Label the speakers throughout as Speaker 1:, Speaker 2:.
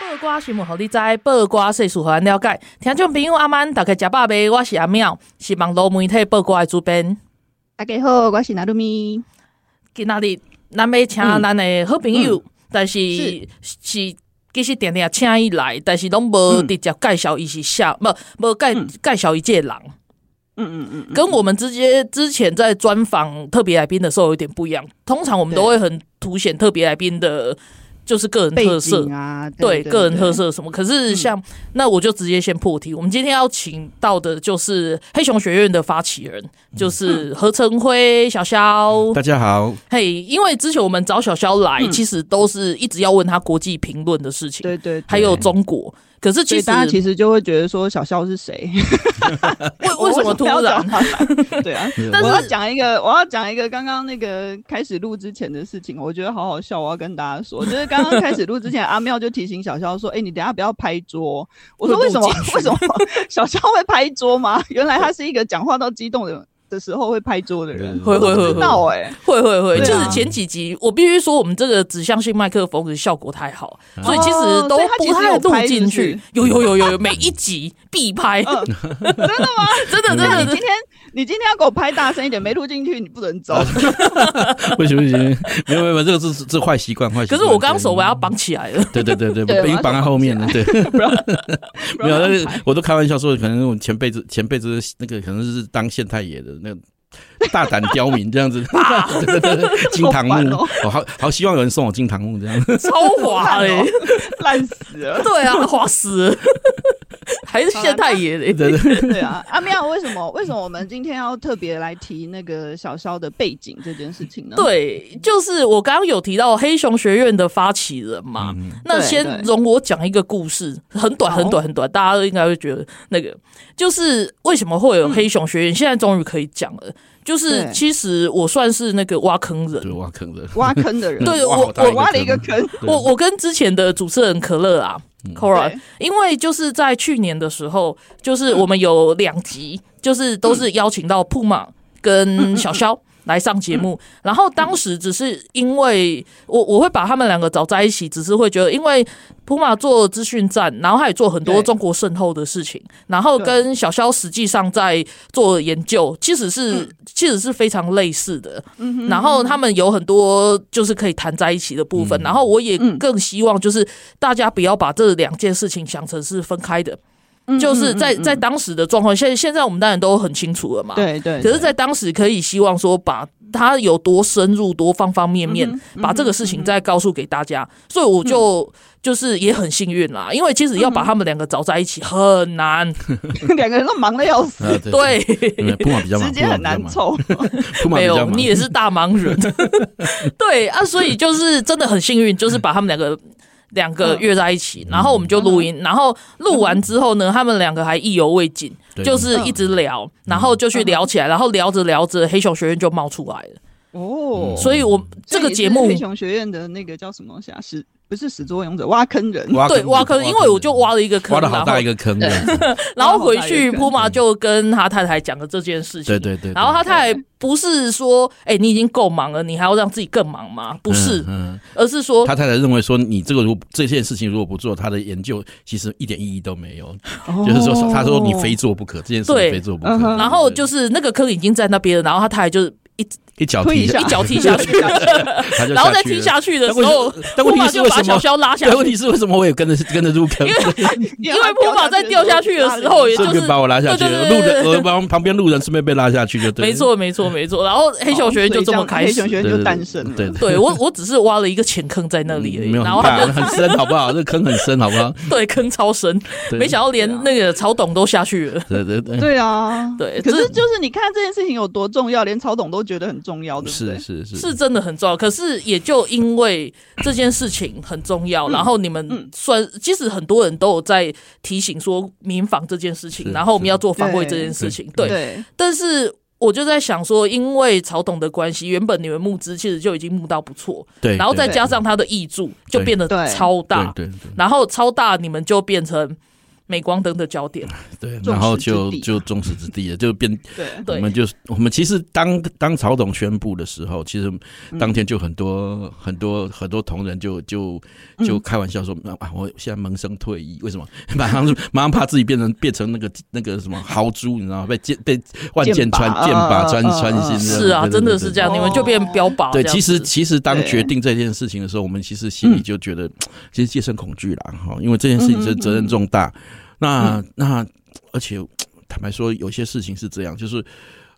Speaker 1: 报瓜新闻，互你知；报瓜世事，互咱了解。听众朋友阿曼，大家食饱未？我是阿妙，是网络媒体报瓜的主
Speaker 2: 嗯
Speaker 1: 编。
Speaker 2: 大家好，我是纳鲁咪。
Speaker 1: 今仔日咱要请咱的好朋
Speaker 2: 嗯
Speaker 1: 友，但是
Speaker 2: 是
Speaker 1: 是其实定定请伊来，但是拢无直接介绍伊是啥，无无介介绍伊这个人。
Speaker 2: 嗯嗯嗯，
Speaker 1: 跟我们之间之前在专访特别来宾的时候有点不一样。通常我们
Speaker 2: 对
Speaker 1: 都会很凸显特别来宾的，就是个人
Speaker 2: 背
Speaker 1: 特色
Speaker 2: 景，啊，
Speaker 1: 对
Speaker 2: 对嗯
Speaker 1: 个人特，色什么。可是像、那我就直接先破题，我们今天要请到的就是黑熊学院的发起人，
Speaker 2: 嗯
Speaker 1: 就是何成辉小肖。
Speaker 3: 大家好，
Speaker 1: 嘿，因为之前我们找小肖来，
Speaker 2: 嗯
Speaker 1: 其实都是一直要问他国际评论的事情，
Speaker 2: 对对对，
Speaker 1: 还有中国。可是
Speaker 2: 所
Speaker 1: 其
Speaker 2: 以
Speaker 1: 实
Speaker 2: 大家其实就会觉得说小肖是谁？
Speaker 1: 为为什么突
Speaker 2: 我要
Speaker 1: 然
Speaker 2: 讲？他？ 对啊，
Speaker 1: 但
Speaker 2: 我
Speaker 1: 是
Speaker 2: 要讲一个，我要讲一个刚刚那个开始录之前的事情，我觉得好好笑，我要跟大家说， 就是刚刚开始录之前，阿妙就提醒小肖说：“哎、你等一下不要拍桌。” 我说：“
Speaker 1: 会录
Speaker 2: 为什么
Speaker 1: 进去？
Speaker 2: 为什么 小肖会拍桌吗？ 原来他是一个讲话到激动的的时候会拍桌的人，
Speaker 1: 会会会
Speaker 2: 不知道哎、
Speaker 1: 会会会，
Speaker 2: 对
Speaker 1: 就
Speaker 2: 啊
Speaker 1: 是前几集我必须说，我们这个指向性麦克风的效果太好，所以其实
Speaker 2: 哦
Speaker 1: 都
Speaker 2: 所以它其
Speaker 1: 不
Speaker 2: 实
Speaker 1: 太
Speaker 2: 有
Speaker 1: 录
Speaker 2: 拍
Speaker 1: 进
Speaker 2: 是不
Speaker 1: 去
Speaker 2: 是。
Speaker 1: 有有有有有，每一集必拍，
Speaker 2: 嗯真的吗？
Speaker 1: 真的真的
Speaker 2: 那
Speaker 1: 真
Speaker 2: 你今
Speaker 1: 的。
Speaker 2: 天 你今天要给我拍大声一点，没录进去你不 能
Speaker 1: 哎
Speaker 2: 走。
Speaker 3: 不行不行，没有没有没有，这个是这坏习惯坏习
Speaker 1: 可
Speaker 3: 惯。
Speaker 1: 是我刚刚手把要绑起来了，
Speaker 3: 对对对对，
Speaker 2: 对
Speaker 3: 对，被绑在后面了，对，
Speaker 2: 不
Speaker 3: 没有，
Speaker 2: 然
Speaker 3: 但
Speaker 2: 乱
Speaker 3: 是
Speaker 2: 拍
Speaker 3: 我都开玩笑说，可能我前辈子前辈子那个可能是当县太爷的那个。大胆刁民这样 子，
Speaker 1: 啊
Speaker 3: 对对对金堂木
Speaker 2: 好烦哦，
Speaker 3: 我好好希望有人送我金堂木 这样。
Speaker 1: 超滑嘞，
Speaker 2: 哦烂死了。
Speaker 1: 对啊，滑死了， 还是县太爷嘞，
Speaker 3: 对对，
Speaker 2: 对啊，阿妙，为什么为什么我们今天要特别来提那个小肖的背景这件事情呢？，
Speaker 1: 对，就是我刚刚有提到黑熊学院的发起人嘛，那
Speaker 2: 对
Speaker 1: 先
Speaker 2: 对
Speaker 1: 容我讲一个故事，很短
Speaker 2: 好
Speaker 1: 很短很短，大家都应该会觉得那个就是为什么会有黑熊学院，现在终于可以讲了。就是
Speaker 2: 嗯对
Speaker 1: 其实我算是那个挖坑
Speaker 3: 对
Speaker 1: 人，
Speaker 3: 挖坑的，
Speaker 2: 挖坑的人，
Speaker 1: 对
Speaker 3: 挖
Speaker 1: 我
Speaker 3: 好大
Speaker 1: 我
Speaker 2: 挖了一个坑，
Speaker 3: 对
Speaker 1: 我我跟之前的主持人可乐啊。Cora，
Speaker 2: 对
Speaker 1: 因为就是在去年的时候，就是我们有两集，就是都是邀请到铺马跟小肖来上节目，然后当时只是因为我我会把他们两个找在一起，只是会觉得因为普马做资讯站，然后他也做很多
Speaker 2: 对
Speaker 1: 中国渗透的事情，然后
Speaker 2: 对
Speaker 1: 跟小肖实际上在做研究，其实是、其实是非常类似的。然后他们有很多就是可以谈在一起的部分，然后我也更希望就是大家不要把这两件事情想成是分开的。
Speaker 2: 嗯
Speaker 1: 就是在在当时的状况，现在现在我们当然都很清楚了嘛。
Speaker 2: 对对，
Speaker 1: 可是，在当时可以希望说，把它有多深入、多方方面
Speaker 2: 嗯
Speaker 1: 面，把这个事情再告诉给大家。所以我就、
Speaker 2: 嗯
Speaker 1: 就是也很幸运啦，因为其实要把他们两个找在一起很难，
Speaker 2: 对两个人都忙的要
Speaker 1: 嗯
Speaker 2: 死，
Speaker 3: 啊
Speaker 1: 对，
Speaker 3: 对，铺马比较忙，
Speaker 2: 时间很难凑。
Speaker 3: 铺马
Speaker 1: 没
Speaker 3: 比较
Speaker 1: 有，
Speaker 3: 忙。
Speaker 1: 你也是大忙 人，对啊，所以就是真的很幸运，就是把他们两
Speaker 3: 嗯
Speaker 1: 个。两个约在一起，然后我们就录音，然后录完之后呢，他们两个还意犹未尽，
Speaker 3: 对嗯
Speaker 1: 就是一直聊，然后就去聊起来，然后聊着聊着，黑熊学院就冒出来了。
Speaker 3: 嗯
Speaker 2: 哦，
Speaker 1: 所以我嗯这个节目
Speaker 2: 所以你是黑熊学院的那个叫什么东西啊？始不是始作俑者，挖坑人。
Speaker 3: 挖
Speaker 1: 对挖坑，因为我就挖了一个坑，
Speaker 3: 挖了好
Speaker 1: 然
Speaker 3: 大
Speaker 1: 后
Speaker 3: 一个坑，这 样子
Speaker 1: 然后回
Speaker 2: 挖了好大
Speaker 1: 去
Speaker 2: 一个坑
Speaker 1: 铺马就跟他太太讲了这件事情，
Speaker 3: 对对对。对
Speaker 1: 然后他太太不是说，哎，你已经够忙了，你还要让自己更忙吗？不是，
Speaker 3: 嗯，嗯
Speaker 1: 而是说
Speaker 3: 他太太认为说，你这个如果这件事情如果不做，他的研究其实一点意义都没有。就是说，他说你非做不可，这件事
Speaker 1: 对
Speaker 3: 你非做不
Speaker 2: 嗯
Speaker 3: 可。
Speaker 2: 哼
Speaker 1: 然后就是那个坑已经在那边了，然后他太太就是 一直
Speaker 3: 一脚
Speaker 2: 推
Speaker 3: 踢
Speaker 2: 一下
Speaker 1: 一脚踢下去，
Speaker 3: 他就
Speaker 1: 然后再
Speaker 3: 去了
Speaker 1: 踢下去的时候，
Speaker 3: 但
Speaker 1: 普
Speaker 3: 问
Speaker 1: 马
Speaker 3: 题是
Speaker 1: 就
Speaker 3: 为
Speaker 1: 把
Speaker 3: 什
Speaker 1: 小
Speaker 3: 么？
Speaker 1: 肖拉下
Speaker 3: 但问
Speaker 1: 去，
Speaker 3: 题是为什么我也跟着跟着入坑？
Speaker 1: 因
Speaker 2: 因
Speaker 1: 为铺马在掉下去的时候，也就
Speaker 3: 顺
Speaker 1: 是
Speaker 3: 便把我拉下去，
Speaker 1: 对对
Speaker 3: 了，
Speaker 1: 对
Speaker 3: 路
Speaker 1: 对对
Speaker 3: 人我旁旁边路人顺便被拉下去就对。
Speaker 1: 没，错没错没错，然后黑熊学院就这么开
Speaker 2: 哦黑
Speaker 1: 始
Speaker 2: 熊。学院
Speaker 3: 对
Speaker 2: 就
Speaker 3: 对
Speaker 2: 诞生了。
Speaker 3: 对，
Speaker 1: 对我，我只是挖了一个浅坑在那里而已，
Speaker 3: 没有
Speaker 1: 然后
Speaker 3: 很
Speaker 1: 他
Speaker 3: 大
Speaker 1: 就
Speaker 3: 很深，好不好？这坑很深，好不好？
Speaker 1: 对坑超深，
Speaker 3: 对
Speaker 1: 没想到连那个曹董都下去了。
Speaker 3: 对对对。
Speaker 2: 对啊，
Speaker 1: 对
Speaker 2: 可
Speaker 1: 这
Speaker 2: 是就是你看这件事情有多重要，连曹董都觉得很重要，对不对
Speaker 3: 是？是是
Speaker 1: 是真的很重要。可是也就因为这件事情很重要，然后你们算，其实很多人都有在提醒说民防这件事情，
Speaker 3: 是
Speaker 1: 然后我们
Speaker 3: 是
Speaker 1: 要做防卫
Speaker 2: 对
Speaker 1: 这件事情，
Speaker 3: 对
Speaker 1: 对。但是我就在想说，因为曹董的关系，原本你们募资其实就已经募到不错，
Speaker 3: 对，
Speaker 1: 然后再
Speaker 3: 对
Speaker 1: 加上他的益助，就变得
Speaker 2: 对
Speaker 1: 超大，
Speaker 3: 对对对
Speaker 1: 然后超大你们就变成镁光灯的焦点，
Speaker 3: 对，
Speaker 2: 众
Speaker 3: 然后
Speaker 2: 矢之
Speaker 3: 就
Speaker 2: 的啊
Speaker 3: 就众矢之的了，就变
Speaker 2: 对
Speaker 3: 我
Speaker 1: 对
Speaker 3: 们就是我们其实当当曹董宣布的时候，其实
Speaker 2: 嗯
Speaker 3: 当天就很多、很多很多同仁就就
Speaker 2: 嗯
Speaker 3: 就开玩笑说、啊，我现在萌生退役，为什么？ 马上马上怕自己变成变成那个那个什么豪猪，你知道吗？被剑被万箭穿
Speaker 2: 剑拔啊
Speaker 3: 箭靶穿
Speaker 2: 啊啊
Speaker 3: 穿心，
Speaker 1: 是啊，
Speaker 3: 对
Speaker 1: 真的是这。样，
Speaker 2: 对
Speaker 1: 你们就变标靶这
Speaker 3: 对对对
Speaker 1: 样子。嗯
Speaker 3: 对，其实其实当
Speaker 2: 对
Speaker 3: 决定这件事情的时候，我们其实心里就觉得，其实戒慎恐惧啦，哈，因为这件事情是
Speaker 1: 嗯
Speaker 3: 责任重大。那那而且坦白说，有些事情是这样，就是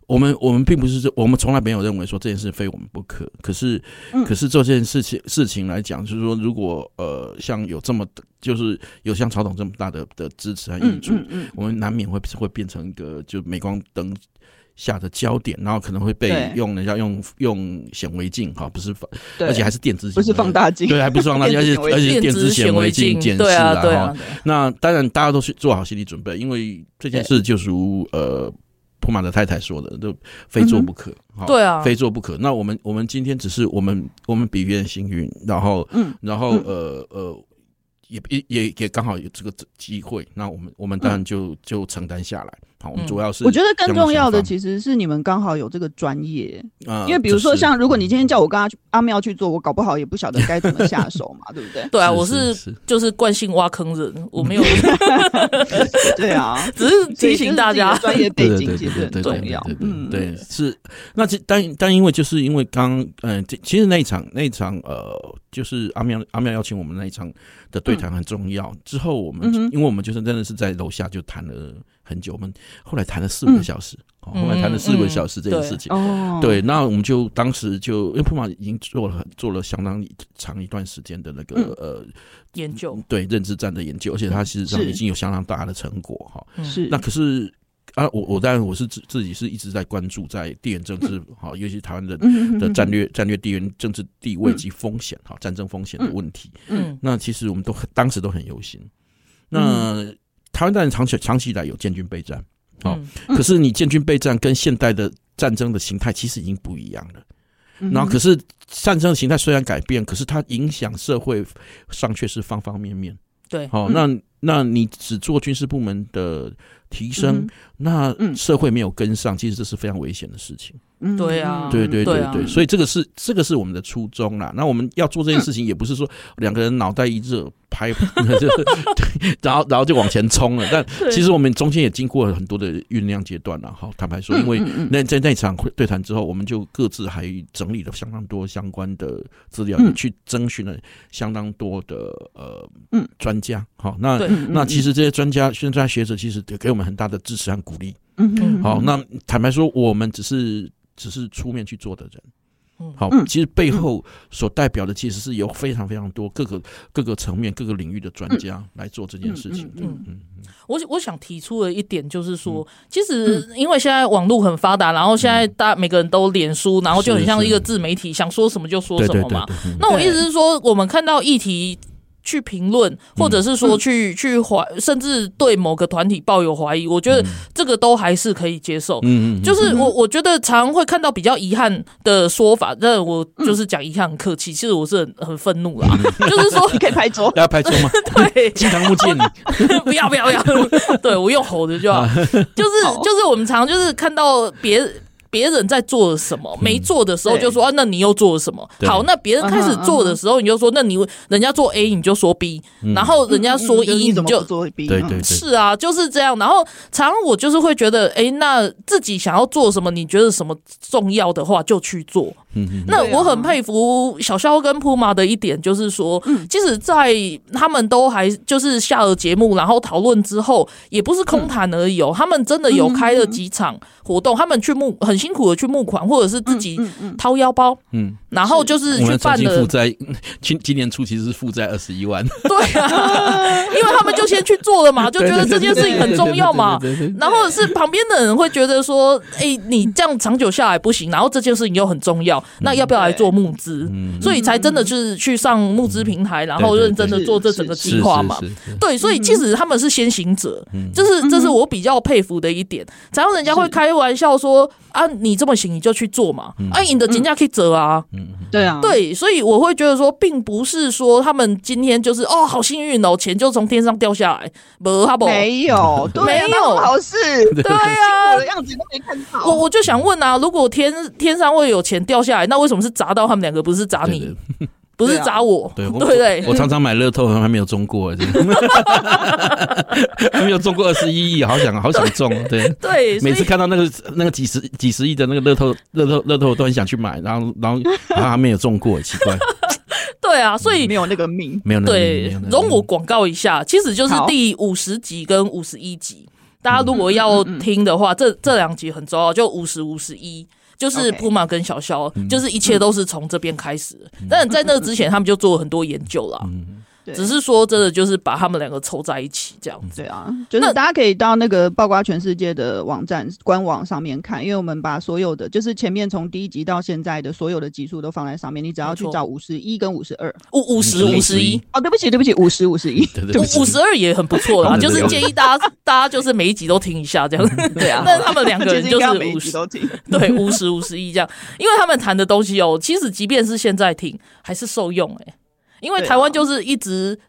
Speaker 3: 我们我们并不是说我们从来没有认为说这件事非我们不可。可是、
Speaker 1: 嗯
Speaker 3: 可是做这件事情事情来讲，就是说如果呃像有这么就是有像曹董这么大的的支
Speaker 1: 嗯
Speaker 3: 持和益
Speaker 2: 嗯
Speaker 3: 助，我们难免会会变成一个就镁光灯。下的焦点，然后可能会被
Speaker 2: 对
Speaker 3: 用人家用用显微镜哈，不是放，
Speaker 2: 对，
Speaker 3: 而且还是电子显
Speaker 2: 不
Speaker 3: 微
Speaker 2: 是
Speaker 3: 镜
Speaker 2: 放大镜，
Speaker 3: 对，还啊不是放大镜，而且
Speaker 2: 电子显微
Speaker 3: 而
Speaker 2: 镜
Speaker 3: 且电子显微镜检视
Speaker 1: 对啊，对
Speaker 3: 哈
Speaker 1: 啊，，对啊
Speaker 3: 那当然，大家都去做好心理准备，因为这件事就如呃普马的太太说的，都非做不可。
Speaker 2: 嗯
Speaker 3: 哈
Speaker 1: 对啊
Speaker 3: 非做不可。那我们我们今天只是我们我们比别人幸运，然后
Speaker 2: 嗯
Speaker 3: 然后呃呃也也也也刚好有这个机会，那我们我们当然就就承担下来。好，我们
Speaker 1: 嗯
Speaker 3: 主要是
Speaker 2: 我觉得更重要的
Speaker 3: 实
Speaker 2: 其实是你们刚好有这个专业，
Speaker 3: 因
Speaker 2: 因为比如说像如果你
Speaker 3: 嗯
Speaker 2: 今天叫我跟阿去阿妙去做，我搞不好也不晓得该怎么下手 嘛，对不 对？
Speaker 1: 对啊，
Speaker 3: 是
Speaker 1: 我
Speaker 3: 是
Speaker 1: 是
Speaker 3: 是
Speaker 1: 就是惯性挖坑人，我 没有，
Speaker 2: 对啊，
Speaker 1: 只是
Speaker 2: 所以
Speaker 1: 提醒大
Speaker 2: 就是
Speaker 1: 家
Speaker 2: 自己的，专业
Speaker 3: 对
Speaker 2: 背
Speaker 3: 对
Speaker 2: 景
Speaker 3: 对
Speaker 2: 其实
Speaker 3: 对
Speaker 2: 很
Speaker 3: 对
Speaker 2: 重要
Speaker 3: 对。对
Speaker 2: 嗯，
Speaker 3: 对对，是。那这但但因为就是因为刚嗯，这其实那一场那一场呃，就是阿妙阿妙邀请我们那一场的对
Speaker 2: 嗯
Speaker 3: 谈很重要。之后我们因为我们就是真的是在楼下就谈了很久，我们后来谈了
Speaker 2: 嗯
Speaker 3: 四五个小时，哦后来谈了四五
Speaker 1: 嗯嗯
Speaker 3: 个小时这件事情。
Speaker 2: 哦，
Speaker 3: 对，那我们就当时就，因为普马已经做了很做了相当长一段时间的那个、
Speaker 2: 嗯
Speaker 3: 呃，
Speaker 1: 研究
Speaker 3: 对认知战的研究，而且它事实上
Speaker 2: 是
Speaker 3: 已经有相当大的成果哈。
Speaker 2: 是
Speaker 3: 那可是啊，我我当然我是自自己是一直在关注在地缘政治
Speaker 1: 嗯
Speaker 3: 哈、尤其台湾的的战略战略地缘政治地位及风险哈、战争风险的问题。
Speaker 1: 嗯
Speaker 3: 那其实我们都很当时都很忧心。那、台湾当然长期长期以来有建军备战，好、
Speaker 1: 嗯
Speaker 3: 可是你建军备战跟现代的战争的形态其实已经不一样
Speaker 1: 嗯
Speaker 3: 了。
Speaker 2: 嗯
Speaker 3: 然后，可是战争的形态虽然改变，可是它影响社会上却是方方面面。
Speaker 1: 对，
Speaker 3: 好、
Speaker 2: 嗯
Speaker 3: 那那你只做军事部门的提升，那
Speaker 2: 嗯
Speaker 3: 社会没有跟上，其实这是非常危险的事情。
Speaker 2: 嗯
Speaker 1: 对啊
Speaker 2: 嗯
Speaker 3: 对对
Speaker 1: 对
Speaker 3: 对
Speaker 1: 啊
Speaker 3: 对，所以这个是这个是我们的初衷啦。那我们要做这件事情，也不是
Speaker 2: 嗯
Speaker 3: 说两个人脑袋一热拍， 就是对，然后然后就往前冲了。但其实我们中间也经过了很多的酝酿阶段了。哈，坦白
Speaker 2: 嗯
Speaker 3: 说，因为那在那场会对谈之后，我们就各自还整理了相当多相关的资料，也去征询了相当多的呃
Speaker 2: 嗯
Speaker 3: 专家。好，那
Speaker 1: 对
Speaker 3: 那其实这些专家、宣传学者，其实给我们很大的支持和鼓励。
Speaker 2: 嗯嗯
Speaker 3: 好，那坦白说，我们只是只是出面去做的
Speaker 1: 嗯
Speaker 3: 人。好，其实背后所代表的其实是有非常非常多各个各个层面、各个领域的专家来做这件事情的。
Speaker 1: 嗯
Speaker 3: 嗯，
Speaker 1: 我我想提出的一点就是说，其实
Speaker 3: 嗯
Speaker 1: 因为现在网络很发达，然后现在大每个人都脸书，然后就很
Speaker 3: 是
Speaker 1: 像一
Speaker 3: 是
Speaker 1: 个自媒体，想说什么就说
Speaker 3: 对
Speaker 1: 什
Speaker 3: 对
Speaker 1: 么
Speaker 3: 对
Speaker 1: 嘛。
Speaker 3: 对，嗯
Speaker 1: 那我意思是说，我们看到议题去评论，或者是
Speaker 3: 嗯
Speaker 1: 说去去怀，甚至对某个团体抱有怀疑，我觉得这个都还是可以接受。
Speaker 3: 嗯嗯，
Speaker 1: 就是我，我觉得常会看到比较遗憾的说法，但我
Speaker 3: 嗯
Speaker 1: 就是讲遗憾很客气，其实我是很很愤 怒啦，就是说
Speaker 2: 你可以拍桌，
Speaker 3: 嗯要拍桌吗？
Speaker 1: 对， 嗯
Speaker 3: 金堂木剑，
Speaker 1: 不要不要不要，对我用吼的就好，就是就是我们常就是看到别。别人在做什么，没做的时候
Speaker 2: 对
Speaker 1: 就说啊，那你又做了什么？
Speaker 3: 对
Speaker 1: 好，那别人开始做的时候，你就说，那你人家做 A 你就说 B，然后人家说
Speaker 2: 嗯就是
Speaker 1: 一
Speaker 2: 你
Speaker 1: 你
Speaker 2: 怎
Speaker 1: 就
Speaker 2: 么做嗯比
Speaker 3: 对对对。
Speaker 1: 是啊，就是这样。然后常常我就是会觉得，哎，那自己想要做什么，你觉得什么重要的话就去做。
Speaker 3: 嗯
Speaker 1: 那
Speaker 2: 对啊
Speaker 1: 我很佩服小肖跟普马的一点就是说，
Speaker 2: 嗯
Speaker 1: 即使在他们都还就是下了节目，然后讨
Speaker 2: 嗯
Speaker 1: 论之后，也不是空谈而已哦，他们真的有开了几场活动，他们去募很辛苦的去募款，或者是自己
Speaker 2: 嗯
Speaker 1: 掏腰包，
Speaker 3: 嗯，
Speaker 1: 然后就是
Speaker 3: 我
Speaker 1: 去
Speaker 3: 们
Speaker 1: 办
Speaker 3: 曾经
Speaker 1: 了
Speaker 3: 负债， 今今年初其实是负债二十一万，
Speaker 1: 对啊，因为他们就先去做了嘛，就觉得这件事情很重要嘛。
Speaker 3: 对对对对对对对
Speaker 1: 然后是旁边的人会觉得说，哎、你这样长久下来不行，然后这件事情又很重
Speaker 3: 嗯
Speaker 1: 要，那要不要来做募资？所以才真的是去上募资平台，然后认真的做这整个计划嘛。
Speaker 3: 是嗯是是是
Speaker 1: 对，所以即使他们是先行者，这是这是我比较佩服的一点。然后人家会开玩笑说啊，你这么行你就去做嘛，
Speaker 3: 嗯
Speaker 1: 啊，你的金价可以折啊，
Speaker 2: 对啊，
Speaker 1: 对，所以我会觉得说，并不是说他们今天就是哦，好幸运哦，钱就从天上掉下来，不，哈不，对
Speaker 2: 没有，对啊
Speaker 1: 没有
Speaker 2: 那有好事，
Speaker 1: 呀、
Speaker 2: 我
Speaker 1: 啊
Speaker 2: 的。样子都没看到。
Speaker 1: 我我就想问啊，如果天天上会有钱掉下来，那为什么是砸到他们两个，不是砸你
Speaker 3: 对对，
Speaker 1: 不是
Speaker 2: 对啊
Speaker 1: 砸我，
Speaker 3: 对
Speaker 1: 不
Speaker 3: 我
Speaker 1: 对？
Speaker 3: 我常常买乐透还没有中过，真的 还没有中过二十一亿，好想好想中，对。
Speaker 1: 对，所
Speaker 3: 每次
Speaker 1: 以
Speaker 3: 看到那个那个几十几十亿的那个乐透乐透乐透，我都很想去买，然后然后然后还没有中过，奇怪，
Speaker 1: 对啊，所以
Speaker 2: 没有那个命，
Speaker 3: 没有那个
Speaker 1: 对
Speaker 3: 没有那，个
Speaker 1: 容我广告一下，其实就是
Speaker 2: 好嗯
Speaker 1: 第五十集跟五十一集，大家如果要听的话，这这两集很重要，就五十、五十一。就是
Speaker 2: OK
Speaker 1: 普马跟小肖
Speaker 3: 嗯
Speaker 1: 就是一切都是从这边开始的。但在那之前，他们就做了很多研究啦，
Speaker 3: 嗯
Speaker 2: 对
Speaker 1: 只是说真的就是把他们两个凑在一起这样子。
Speaker 2: 对
Speaker 3: 嗯
Speaker 2: 啊，就是
Speaker 1: 那
Speaker 2: 大家可以到那个曝光全世界的网站官网上面看，因为我们把所有的，就是前面从第一集到现在的所有的集数都放在上面，你只要去
Speaker 1: 没错
Speaker 2: 找五十一跟五十 二。
Speaker 1: 五五十、
Speaker 3: 嗯
Speaker 1: 五十一、
Speaker 2: 哦，对不起，对不起，五十五十一。
Speaker 3: 对对
Speaker 1: 五五十二也很不错啦，
Speaker 3: 对
Speaker 1: 就
Speaker 3: 对
Speaker 1: 是
Speaker 3: 对
Speaker 1: 建议大家大家就是每一集都听一下这样。
Speaker 2: 对啊
Speaker 1: 但是他们两个人
Speaker 2: 其实
Speaker 1: 就
Speaker 2: 应该要
Speaker 1: 是
Speaker 2: 每一
Speaker 1: 五
Speaker 2: 集
Speaker 1: 十
Speaker 2: 都听。
Speaker 1: 对，五十五十一这样，因为他们谈的东西哦，其实即便是现在听，还是受用哎、因为
Speaker 2: 对啊
Speaker 1: 台湾就是一直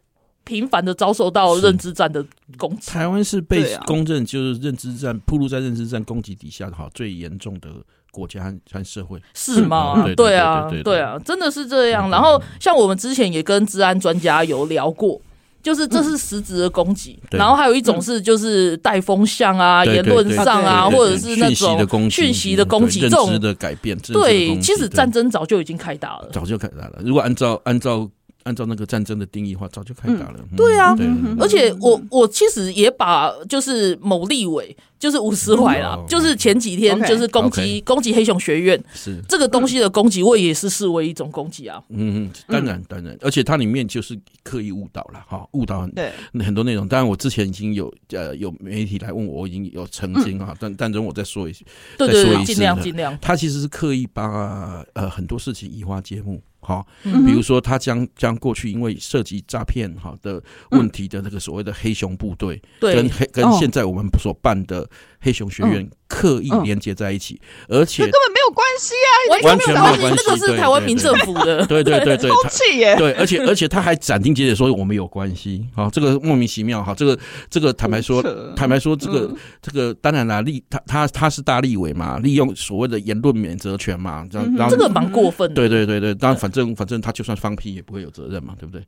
Speaker 1: 频繁的遭受到认知战的攻击。
Speaker 3: 台湾是被
Speaker 2: 对啊
Speaker 3: 公认就是认知战暴露在认知战攻击底下的哈最严重的国家和和社会，
Speaker 1: 是吗？
Speaker 3: 嗯
Speaker 1: 对
Speaker 3: 对
Speaker 1: 啊
Speaker 3: 对对对对，嗯
Speaker 1: 对啊，真的是这样。然后像我们之前也跟治安专家有聊过。就是这是实质的攻击，
Speaker 3: 嗯对
Speaker 1: 然后还有一种是就是带风向啊、
Speaker 3: 对
Speaker 1: 言
Speaker 3: 对
Speaker 1: 论
Speaker 3: 对
Speaker 1: 上啊，
Speaker 3: 对
Speaker 1: 或
Speaker 3: 对
Speaker 1: 者
Speaker 3: 对
Speaker 1: 是那
Speaker 3: 讯息的攻
Speaker 1: 种
Speaker 3: 击、嗯
Speaker 1: 讯息的攻击，这
Speaker 3: 对认知
Speaker 1: 种
Speaker 3: 的改变，政治的攻
Speaker 1: 对，
Speaker 3: 击
Speaker 1: 其实
Speaker 3: 对
Speaker 1: 战争早就已经开打了。
Speaker 3: 早就开打了。如果按照按照按照那个战争的定义的话，早就开打了。嗯
Speaker 1: 对啊
Speaker 3: 对
Speaker 1: 而且我我其实也把就是某立委，就是吴思怀啦，
Speaker 3: 哦
Speaker 1: 就是前几天
Speaker 2: OK
Speaker 1: 就是攻击攻击黑熊学院
Speaker 3: 是，
Speaker 1: 这个东西的攻击，我也是视为一种攻击啊。
Speaker 3: 嗯，嗯当然当然，而且它里面就是刻意误导了哈，误导很
Speaker 2: 对，
Speaker 3: 很多内容。当然，我之前已经有呃有媒体来问我，我已经有曾经啊，但但容我再说一下，
Speaker 1: 对
Speaker 3: 再
Speaker 1: 对
Speaker 3: 说
Speaker 1: 对，
Speaker 3: 一次
Speaker 1: 尽量
Speaker 3: 呢
Speaker 1: 尽量。
Speaker 3: 他其实是刻意把呃很多事情移花接木。好，
Speaker 1: 嗯
Speaker 3: 比如说他将将过去因为涉及诈骗哈的问题的那个所谓的黑熊部队，跟
Speaker 1: 对，嗯
Speaker 3: 黑跟
Speaker 2: 哦
Speaker 3: 现在我们所办的黑熊学院刻意连接在一起，而且
Speaker 2: 这根本没有关系啊！
Speaker 1: 完全没有关
Speaker 3: 完
Speaker 1: 系，
Speaker 3: 全没有关系
Speaker 1: 那个是
Speaker 3: 对
Speaker 1: 台湾
Speaker 3: 对
Speaker 1: 民政府的。
Speaker 3: 对对对对，
Speaker 2: 抽啊气耶
Speaker 3: 他！对，而且而且他还斩钉截铁说我们有关系，好，这个莫名其妙，好，这个这个坦白
Speaker 2: 胡
Speaker 3: 说
Speaker 2: 扯，
Speaker 3: 坦白说，这
Speaker 1: 嗯
Speaker 3: 个这个当然啦，利他他他是大立委嘛，利用所谓的言论免责权嘛，然后然后
Speaker 1: 嗯 这个蛮过分的，
Speaker 3: 对对对对，当然反正反正他就算放屁也不会有责任嘛，对不 对？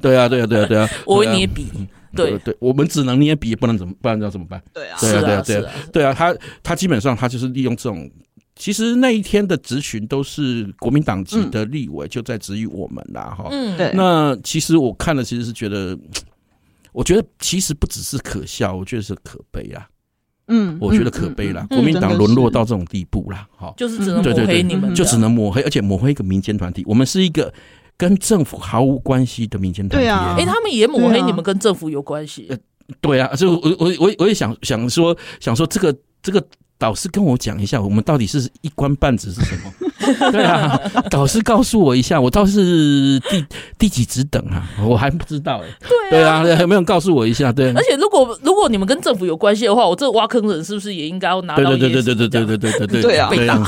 Speaker 3: 对啊对啊对啊对啊，
Speaker 1: 我为
Speaker 3: 对啊
Speaker 1: 你也比，对，
Speaker 3: 对，我们只能捏鼻，不能怎么不然要怎么办？
Speaker 2: 对啊，
Speaker 3: 对
Speaker 1: 是啊是
Speaker 3: 啊，对啊，对
Speaker 1: 啊
Speaker 3: 啊，对啊，他他基本上他就是利用这种。其实那一天的质询都是国民党籍的立委就在质疑我们啦，哈、
Speaker 1: 嗯，
Speaker 2: 嗯对
Speaker 3: 那其实我看了，其实是觉得，我觉得其实不只是可笑，我觉得是可悲啦，
Speaker 2: 嗯
Speaker 3: 我觉得可悲啦，国民党
Speaker 2: 真的
Speaker 3: 沦落
Speaker 2: 是
Speaker 3: 到这种地步啦，哈、
Speaker 1: 就是只能
Speaker 3: 嗯对
Speaker 1: 抹
Speaker 3: 对
Speaker 1: 黑
Speaker 3: 对
Speaker 1: 你们，
Speaker 3: 就只。能抹黑，而且抹黑一个民间团体，我们是一个跟政府毫无关系的民间团体、
Speaker 2: 对啊
Speaker 1: 哎，他们也抹
Speaker 2: 对
Speaker 1: 黑
Speaker 2: 啊
Speaker 1: 你们跟政府有关系，
Speaker 3: 对啊，所以我我我我也想想说，想说这个这个导师跟我讲一下，我们到底是一官半职是什么？ 对啊，导师告诉我一下，我倒是第第几职等啊？我还不知道哎、对啊，有没有人告诉我一下？对。
Speaker 1: 而且如果如果你们跟政府有关系的话，我这挖坑人是不是也应该要拿
Speaker 3: 对
Speaker 1: 到
Speaker 3: 对对
Speaker 1: 野
Speaker 3: 对
Speaker 1: 史这
Speaker 3: 对对对
Speaker 1: 样
Speaker 3: 对对对对
Speaker 2: 对啊
Speaker 3: 对啊！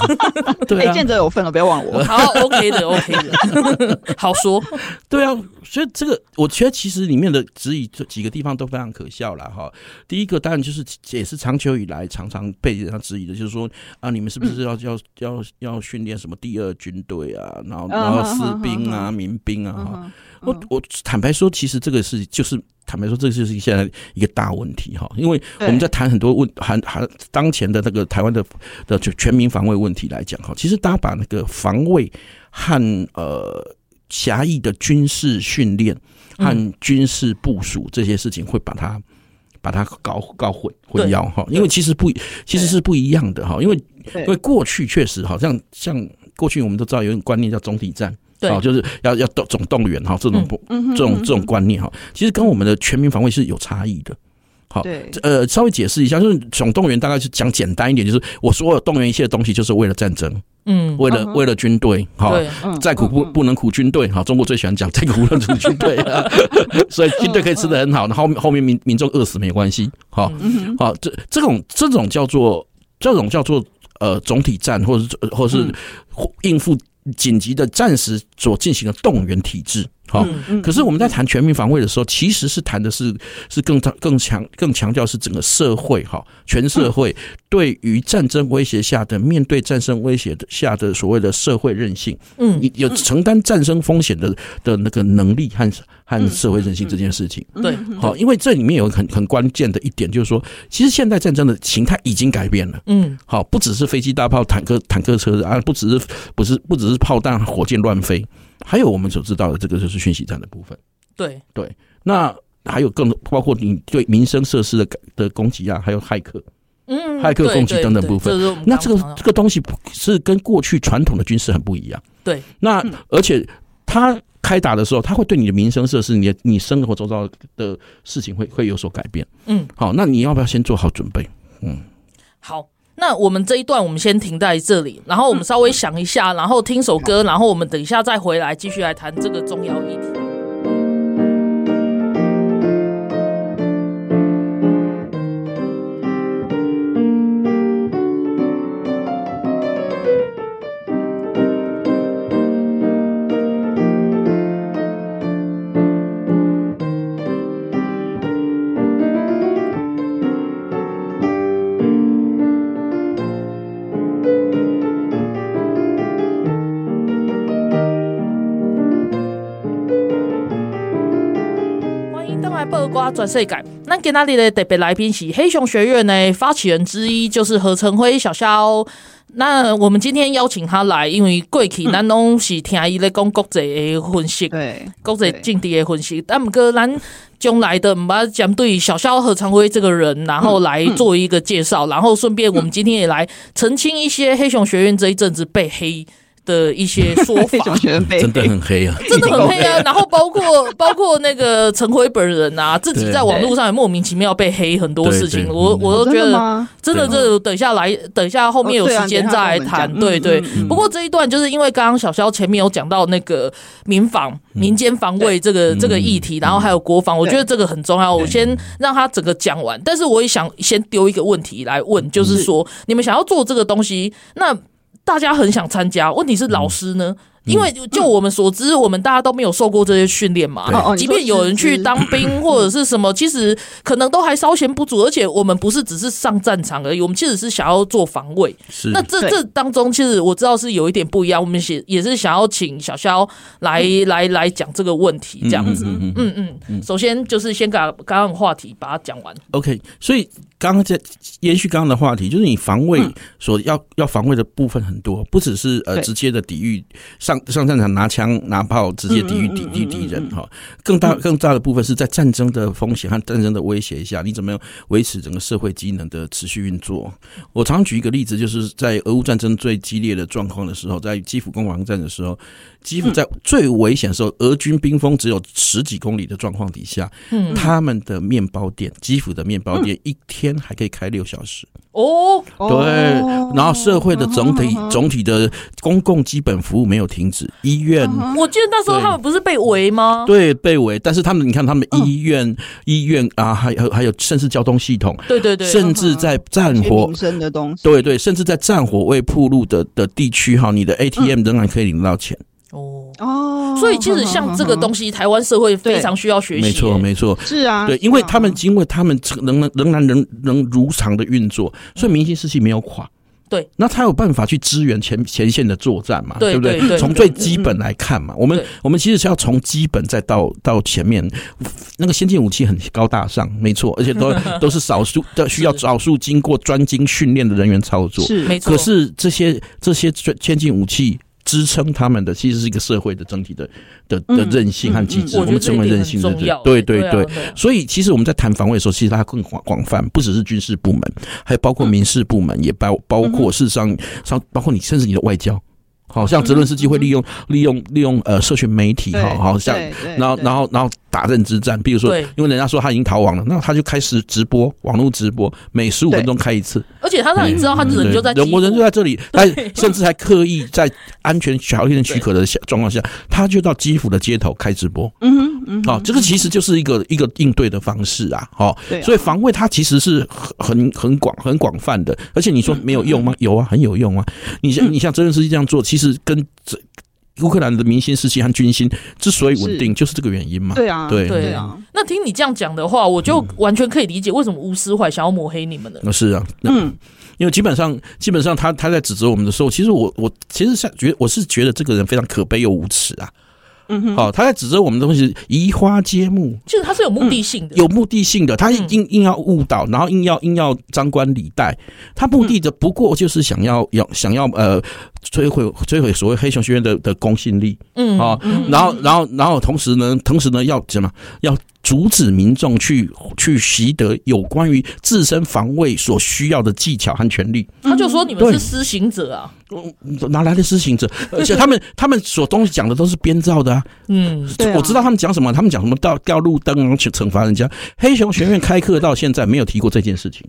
Speaker 3: 对
Speaker 2: 哎，
Speaker 3: 啊
Speaker 2: 建，泽有份了，不要忘了我。
Speaker 1: 好，OK 的，OK 的，好说，
Speaker 3: 对啊，所以这个我觉得其实里面的质疑这几个地方都非常可笑啦。哈。第一个当然就是也是长久以来常常被人家质疑的，就是说啊，你们是不
Speaker 2: 嗯
Speaker 3: 是要、要要要训练什么第二军队啊，然后
Speaker 2: 嗯
Speaker 3: 然后
Speaker 2: 哼
Speaker 3: 士
Speaker 2: 哼
Speaker 3: 兵
Speaker 2: 哼
Speaker 3: 啊、民兵啊
Speaker 2: 嗯
Speaker 3: 哈。
Speaker 2: 哼
Speaker 3: 我我坦白说，其实这个是就是坦白说，这就是现在一个大问题哈，因为
Speaker 2: 对
Speaker 3: 我们在谈很多问谈谈当前的那个台湾的的全全民防卫问题来讲哈，其实大家把那个防卫和呃狭
Speaker 2: 嗯
Speaker 3: 义的军事训练和军事部署这些事情，会把它把它搞搞混混淆哈，因为其实不其实是不一样的哈，因为
Speaker 2: 对
Speaker 3: 因为过去确实好像像过去我们都知道有一种观念叫总体战。
Speaker 1: 对
Speaker 3: 哦，就是要要动总动员哈，这种不、
Speaker 2: 嗯哼
Speaker 3: 这种
Speaker 2: 嗯哼
Speaker 3: 这种观念哈，其实跟我们的全民防卫是有差异的。好
Speaker 2: 对，
Speaker 3: 呃，稍微解释一下，就是总动员大概是讲简单一点，就是我所有动员一切的东西，就是为了战争，
Speaker 1: 嗯，
Speaker 3: 为了
Speaker 2: 嗯哼
Speaker 3: 为了军队，哈，
Speaker 1: 对，
Speaker 2: 嗯
Speaker 3: 再苦不
Speaker 2: 嗯嗯
Speaker 3: 不能苦军队，哈，中国最喜欢讲再 苦不能苦军队 啊，所以军队可以吃的很好，然后后面后面民民众饿死没关系，哈，
Speaker 2: 嗯
Speaker 3: 好，啊这这种这种叫做这种叫做呃总体战，或者是或是
Speaker 2: 嗯
Speaker 3: 应付紧急的战时所进行的动员体制，哈。
Speaker 2: 哼嗯
Speaker 3: 可是我们在谈全民防卫的时候，其实是谈的是是更强、更强、更强调是整个社会哈，全社会对于战争威胁下的面对战争威胁的下的所谓的社会韧性，
Speaker 1: 嗯
Speaker 3: 你有承担战争风险的的那个能力和
Speaker 2: 嗯
Speaker 3: 和社会韧性这件事情。
Speaker 1: 对，嗯
Speaker 3: 好，因为这里面有很很关键的一点，就是说，其实现代战争的形态已经改变了。
Speaker 1: 嗯，
Speaker 3: 好，不只是飞机、大炮、坦克、坦克车啊，不只是不是不只是炮弹、火箭乱飞，还有我们所知道的这个就是讯息战的部分。
Speaker 1: 对，
Speaker 3: 那还有更多包括你对民生设施的改的攻击啊，还有骇客，
Speaker 1: 嗯，
Speaker 3: 骇客
Speaker 1: 对
Speaker 3: 攻击
Speaker 1: 对
Speaker 3: 等等
Speaker 1: 对
Speaker 3: 部分
Speaker 1: 这是我们
Speaker 3: 那
Speaker 1: 刚
Speaker 3: 这个
Speaker 1: 刚
Speaker 3: 这个东西不是跟过去传统的军事很不一样。
Speaker 1: 对，
Speaker 3: 那
Speaker 2: 嗯
Speaker 3: 而且它开打的时候，它会对你的民生设施、你的你生活周遭的事情会会有所改变。
Speaker 1: 嗯，
Speaker 3: 好，那你要不要先做好准备？
Speaker 1: 好，那我们这一段我们先停在这里，然后我们稍微想一下，然后听首歌，然后我们等一下再回来继续来谈这个重要议题。欢迎登来报瓜转世改。那今天的特别来宾是黑熊学院的发起人之一，就是何成辉小肖。那我们今天邀请他来，因为过去咱拢是听伊咧讲国际的分析，
Speaker 2: 对，
Speaker 1: 国际
Speaker 2: 对
Speaker 1: 政治的分析。但毋过咱将来的毋捌针对小肖何长辉这个人，然后来做一个介绍，然后顺便我们今天也来澄清一些黑熊学院这一阵子被黑的一些说
Speaker 2: 非
Speaker 1: 法
Speaker 2: 常。学费
Speaker 3: 真的很黑啊！
Speaker 1: 真的很黑啊！然后包括包括那个陈辉本人啊，自己在网络上也莫名其妙被黑很多事
Speaker 3: 对
Speaker 1: 情，
Speaker 3: 对
Speaker 1: 我
Speaker 3: 嗯
Speaker 1: 我都觉
Speaker 2: 哦真的
Speaker 1: 得
Speaker 2: 吗？
Speaker 1: 真的，
Speaker 3: 对
Speaker 1: 这等一下来，等一下后面有
Speaker 2: 哦对啊
Speaker 1: 时间
Speaker 2: 等一
Speaker 1: 再
Speaker 2: 下
Speaker 1: 来
Speaker 2: 跟我们
Speaker 1: 谈。
Speaker 2: 讲
Speaker 1: 对
Speaker 2: 嗯
Speaker 1: 对
Speaker 2: 嗯，
Speaker 1: 不过这一段就是因为刚刚小肖前面有讲到那个民防、民间防卫这个
Speaker 3: 嗯
Speaker 1: 这个议题，然后还有国防，我觉得这个很重要。我先让他整个讲完，但是我也想先丢一个问题来问，就是
Speaker 3: 嗯
Speaker 1: 说你们想要做这个东西，那大家很想参加，问题是
Speaker 3: 嗯
Speaker 1: 老师呢？因为就我们所知，我们大家都没有受过这些训练嘛。
Speaker 3: 对
Speaker 2: 哦哦，你
Speaker 1: 即
Speaker 2: 说
Speaker 1: 便有人去
Speaker 2: 师
Speaker 1: 当 兵或者是什么，其实可能都还稍显不足，而且我们不是只是上战场而已，我们其实是想要做防卫。
Speaker 3: 是
Speaker 1: 那这
Speaker 2: 对
Speaker 1: 这当中，其实我知道是有一点不一样，我们也也是想要请小肖来、
Speaker 2: 嗯
Speaker 1: 来来讲这个问题，这样子。
Speaker 3: 嗯嗯嗯
Speaker 1: 嗯嗯首先就是先把刚刚的话题把它讲完。
Speaker 3: OK，所以刚刚在延续刚刚的话题，就是你防卫所要、要防卫的部分很多，不只是呃
Speaker 2: 嗯对
Speaker 3: 直接的抵御上上战场拿枪拿炮直接抵御
Speaker 2: 嗯嗯
Speaker 3: 敌
Speaker 2: 嗯
Speaker 3: 敌
Speaker 2: 嗯
Speaker 3: 敌人
Speaker 2: 嗯
Speaker 3: 哈，更大更大的部分是在战争的风险和战争的威胁下，你怎么样维持整个社会机能的持续运作？我常举一个例子，就是在俄乌战争最激烈的状况的时候，在基辅攻防战的时候，基
Speaker 2: 嗯
Speaker 3: 辅在最危险的时候，俄军兵锋只有十几公里的状况底下，
Speaker 1: 嗯，
Speaker 3: 他们的面包店，基辅的面包店一天还可以开六小时，
Speaker 1: 哦，
Speaker 3: 对
Speaker 2: 哦。
Speaker 3: 然后社会的整体
Speaker 2: 嗯哼嗯哼
Speaker 3: 总体的公共基本服务没有停止，医院。
Speaker 2: 啊
Speaker 1: 我记得那时候
Speaker 3: 对
Speaker 1: 他们不是被围吗？
Speaker 3: 对，被围，但是他们，你看，他们医院、医院啊，还有还有，甚至交通系统，
Speaker 1: 对对对，
Speaker 3: 甚至在战
Speaker 2: 一些
Speaker 3: 火
Speaker 2: 民，生的东西，
Speaker 3: 对对，甚至在战火未铺路的的地区，哈，你的 ATM 仍然可以领到钱。
Speaker 1: 哦。
Speaker 2: 哦，
Speaker 1: 所以其实像这个东
Speaker 2: 西
Speaker 1: 西，台湾社会非常需要学习。
Speaker 3: 没错，没错。
Speaker 2: 是啊，
Speaker 3: 对，因为
Speaker 1: 嗯
Speaker 3: 他们因为他们仍能仍然能能如常的运作，所以明星士气没有垮。
Speaker 1: 嗯对，
Speaker 3: 那他有办法去支援前前线的作战嘛？
Speaker 1: 对
Speaker 3: 不
Speaker 1: 对对
Speaker 3: 从最基本来看嘛，我们
Speaker 1: 对
Speaker 3: 我们其实是要从基本再到到前面，那个先进武器很高大上，没错，而且 都都是少数的需要
Speaker 1: 是
Speaker 3: 少数经过专精训练的人员操作。
Speaker 2: 啊是
Speaker 1: 没错。
Speaker 3: 可是这些这些先先进武器支撑他们的，其实是一个社会的整体的的的
Speaker 2: 嗯
Speaker 3: 韧性和机制，
Speaker 1: 我
Speaker 3: 我
Speaker 1: 觉得
Speaker 3: 们
Speaker 1: 这
Speaker 3: 称
Speaker 1: 一
Speaker 3: 为
Speaker 1: 点
Speaker 3: 韧
Speaker 1: 很
Speaker 3: 性的
Speaker 1: 重要。
Speaker 3: 对对对
Speaker 1: 啊。啊
Speaker 3: 所以，其实我们在谈防卫的时候，其实它更广广泛，不只是军事部门，还包括民事部门，也包包
Speaker 1: 嗯
Speaker 3: 括事实上上包括你，甚至你的外交。好像泽伦斯基会利
Speaker 1: 嗯
Speaker 3: 用利用利用呃社群媒体，
Speaker 2: 对
Speaker 3: 哈，好像
Speaker 2: 对对
Speaker 3: 然后
Speaker 2: 对
Speaker 3: 然后然后打认知战，比如说
Speaker 1: 对，
Speaker 3: 因为人家说他已经逃亡了，那他就开始直播，网络直播，每十五
Speaker 2: 对
Speaker 3: 分钟开一次，嗯
Speaker 1: 而且他让你知道他
Speaker 3: 对
Speaker 1: 人就在基
Speaker 3: 人
Speaker 1: 辅
Speaker 3: 我人就在这里，他甚至还刻意在安全条件许可的下状况下，他就到基辅的街头开直播。
Speaker 2: 嗯哼嗯哼，
Speaker 3: 哦，这个其实就是一个一个应对的方式啊，哦，
Speaker 2: 对啊
Speaker 3: 所以防卫它其实是很很很广很广泛的，而且你
Speaker 2: 嗯
Speaker 3: 说没有用吗？有啊，很有用啊。你像你像泽连斯基这样做，其实跟这乌克兰的民心士气和军心之所以稳定，就是这个原因嘛。
Speaker 2: 对啊
Speaker 3: 对
Speaker 2: 对啊，
Speaker 1: 那听你这样讲的话，我就完全可以理解为什么吴思怀想要抹黑你们了。
Speaker 3: 那是啊，那
Speaker 2: 嗯
Speaker 3: 因为基本上基本上他他在指责我们的时候，其实我我其实是觉得我是觉得这个人非常可悲又无耻啊。
Speaker 2: 嗯哼，
Speaker 3: 好、他在指责我们的东西移花接木，
Speaker 1: 其实他是有目的性的，
Speaker 3: 有目的性的，他
Speaker 1: 嗯
Speaker 3: 硬硬要误导，然后硬要硬要张冠李戴，他目的的不过就是想要要想要呃摧毁摧毁所谓黑熊学院的的公信力
Speaker 1: 嗯
Speaker 3: 啊、然后然后然后同时呢，同时呢要怎么要阻止民众去去习得有关于自身防卫所需要的技巧和权利，
Speaker 1: 他就说你们
Speaker 3: 对
Speaker 1: 是施行者啊，
Speaker 3: 哪来的施行者？而且他们他们所东西讲的都是编造的啊，
Speaker 1: 嗯，
Speaker 2: 对啊
Speaker 3: 我知道他们讲什么，他们讲什么掉掉路灯，然后去惩罚人家。黑熊学院开课到现在没有提过这件事情，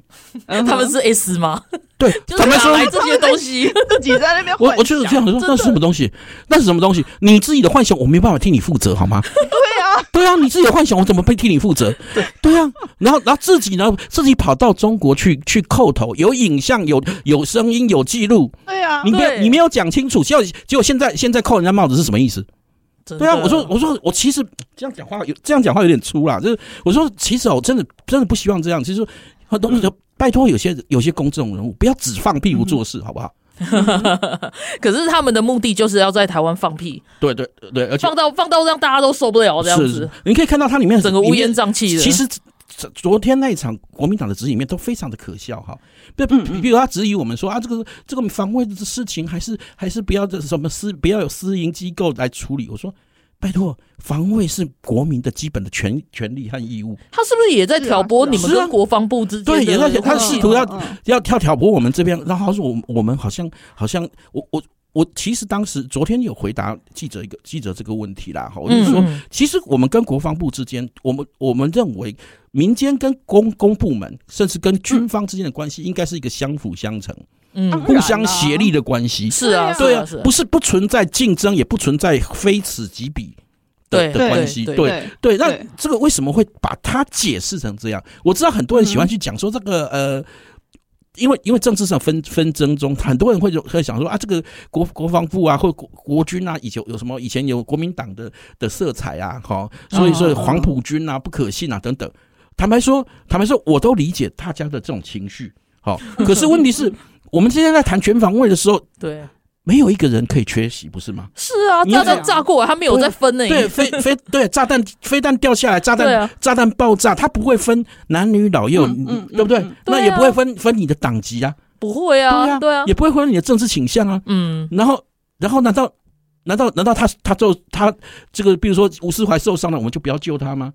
Speaker 2: 嗯哼
Speaker 1: 他们是 S 吗？
Speaker 3: 对，
Speaker 1: 就
Speaker 3: 坦
Speaker 1: 是
Speaker 3: 白
Speaker 1: 哪
Speaker 3: 说
Speaker 1: 来。这些东西？
Speaker 2: 自己在那边
Speaker 3: 我
Speaker 2: 幻
Speaker 3: 我就是
Speaker 2: 想
Speaker 3: 这样子说，
Speaker 1: 真的
Speaker 3: 那是什么东西？那是什么东西？你自己的幻想，我没办法替你负责，好吗？对啊，对啊，你自己的幻想，我怎么被替你负责？对啊，然后然后自己呢，自己跑到中国去去叩头，有影像，有有声音，有记录，
Speaker 2: 对啊
Speaker 3: 你，没有
Speaker 1: 对
Speaker 3: 你没有讲清楚，结果结果现在现在扣人家帽子是什么意思？
Speaker 1: 真
Speaker 3: 对啊，
Speaker 1: 的
Speaker 3: 我说我说我其实这样讲话有这样讲话有点粗啦，就是我说其实我真的真的不希望这样，其实很多人拜托有些有些公众人物不要只放屁不做事，
Speaker 1: 嗯
Speaker 3: 好不好？
Speaker 1: 可是他们的目的就是要在台湾放屁，
Speaker 3: 对对对，而且
Speaker 1: 放到放到让大家都受不了这样
Speaker 3: 是
Speaker 1: 子
Speaker 3: 是，，你可以看到它里面
Speaker 1: 整个乌
Speaker 3: 里
Speaker 1: 烟
Speaker 3: 面
Speaker 1: 瘴气的。
Speaker 3: 其实昨昨天那一场国民党的质疑里面都非常的可笑哈，比
Speaker 1: 嗯
Speaker 3: 比如他质疑我们说啊，这个这个防卫的事情还是还是不要这什么私不要有私营机构来处理。我说，拜托，防卫是国民的基本的权权利和义务。
Speaker 1: 他是不是也在挑拨
Speaker 2: 是啊
Speaker 1: 你们
Speaker 3: 是啊
Speaker 1: 跟国防部之间的
Speaker 3: 对，也在想他
Speaker 1: 关系
Speaker 3: 试图要
Speaker 2: 嗯嗯
Speaker 3: 要跳挑拨我们这边，然后他说我们我们好像好像我我我其实当时昨天有回答记者一个记者这个问题啦，哈，我就说、
Speaker 1: 嗯嗯
Speaker 3: 其实我们跟国防部之间，我们我们认为民间跟公公部门，甚至跟军方之间的关系，应该是一个相辅相成、
Speaker 2: 当
Speaker 1: 嗯，
Speaker 2: 然
Speaker 3: 互
Speaker 2: 啊
Speaker 3: 相协力的关系。
Speaker 1: 是啊，
Speaker 2: 对
Speaker 3: 对
Speaker 1: 是
Speaker 3: 啊
Speaker 1: 啊，是啊，
Speaker 3: 不是不存在竞争，也不存在非此即彼的
Speaker 1: 对
Speaker 3: 的关系。
Speaker 1: 对
Speaker 2: 嗯
Speaker 3: 对，对，那
Speaker 2: 对
Speaker 3: 这个为什么会把它解释成这样？我知道很多人喜欢去讲说这个、呃。因为因为政治上纷纷争中，很多人会有会想说啊，这个国国防部啊，或国国军啊，以前有什么以前有国民党的的色彩啊，哈，所以说黄埔军啊不可信啊等等。坦白说，坦白说，我都理解大家的这种情绪，好，可是问题是我们今天在谈全防卫的时候，
Speaker 1: 对，
Speaker 3: 没有一个人可以缺席，不是吗？
Speaker 1: 是啊，
Speaker 3: 你要
Speaker 1: 炸弹炸过来，他没有在分呢，
Speaker 3: 对，飞飞对，炸弹飞弹掉下来，炸
Speaker 1: 对
Speaker 3: 弹、
Speaker 1: 啊
Speaker 3: 炸弹爆炸，它不会分男女老幼，
Speaker 2: 嗯
Speaker 3: 你
Speaker 2: 嗯
Speaker 3: 对不对？
Speaker 2: 嗯嗯
Speaker 3: 那
Speaker 1: 对
Speaker 3: 也
Speaker 1: 啊
Speaker 3: 不会分分你的党籍啊，
Speaker 1: 不会啊，对啊，
Speaker 3: 也不会分你的政治倾向啊。
Speaker 1: 嗯，
Speaker 3: 然后，然后难道难道难道他他就他这个，比如说吴思怀受伤了，我们就不要救他吗？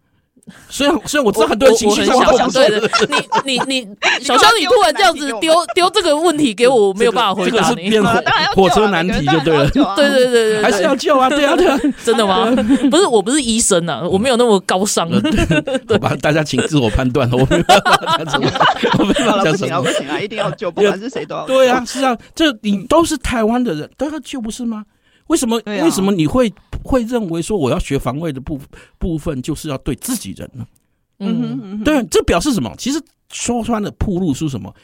Speaker 3: 虽然虽然我知道很多人情绪上
Speaker 1: 我我
Speaker 3: 不
Speaker 1: 我
Speaker 3: 好
Speaker 1: 很想
Speaker 3: 受
Speaker 1: 对的， 你你你，小肖，你突然这样子丢丢这个问题给我，我没有办法回
Speaker 3: 这个
Speaker 1: 答
Speaker 3: 是
Speaker 1: 你。
Speaker 3: 变
Speaker 2: 啊
Speaker 3: 火
Speaker 2: 当然要
Speaker 3: 火
Speaker 2: 救
Speaker 3: 车
Speaker 2: 啊
Speaker 3: 难
Speaker 2: 每个
Speaker 3: 题
Speaker 2: 人
Speaker 3: 就对了，
Speaker 2: 当然要
Speaker 1: 对对
Speaker 2: 救啊
Speaker 1: 对对对，
Speaker 3: 还是要救啊，对啊对啊，
Speaker 1: 真的吗？ 不是，我不是医生啊，我没有那么高尚。
Speaker 3: 呃 好吧，大家请自我判断，我没办法讲什么，我没办
Speaker 2: 好
Speaker 3: 法
Speaker 2: 了，
Speaker 3: 讲
Speaker 2: 不
Speaker 3: 什
Speaker 2: 行啊，
Speaker 3: 么
Speaker 2: 不。行啊，一定要救，不管是谁都要。
Speaker 3: 对啊，，是啊，这你都是台湾的人，都要救不是吗？为什么、
Speaker 2: 对啊
Speaker 3: 为什么你会会认为说我要学防卫的部部分就是要对自己人呢？
Speaker 2: 嗯
Speaker 1: 嗯
Speaker 2: 哼，嗯哼
Speaker 3: 对啊，这表示什么？其实说穿了，铺路出什么？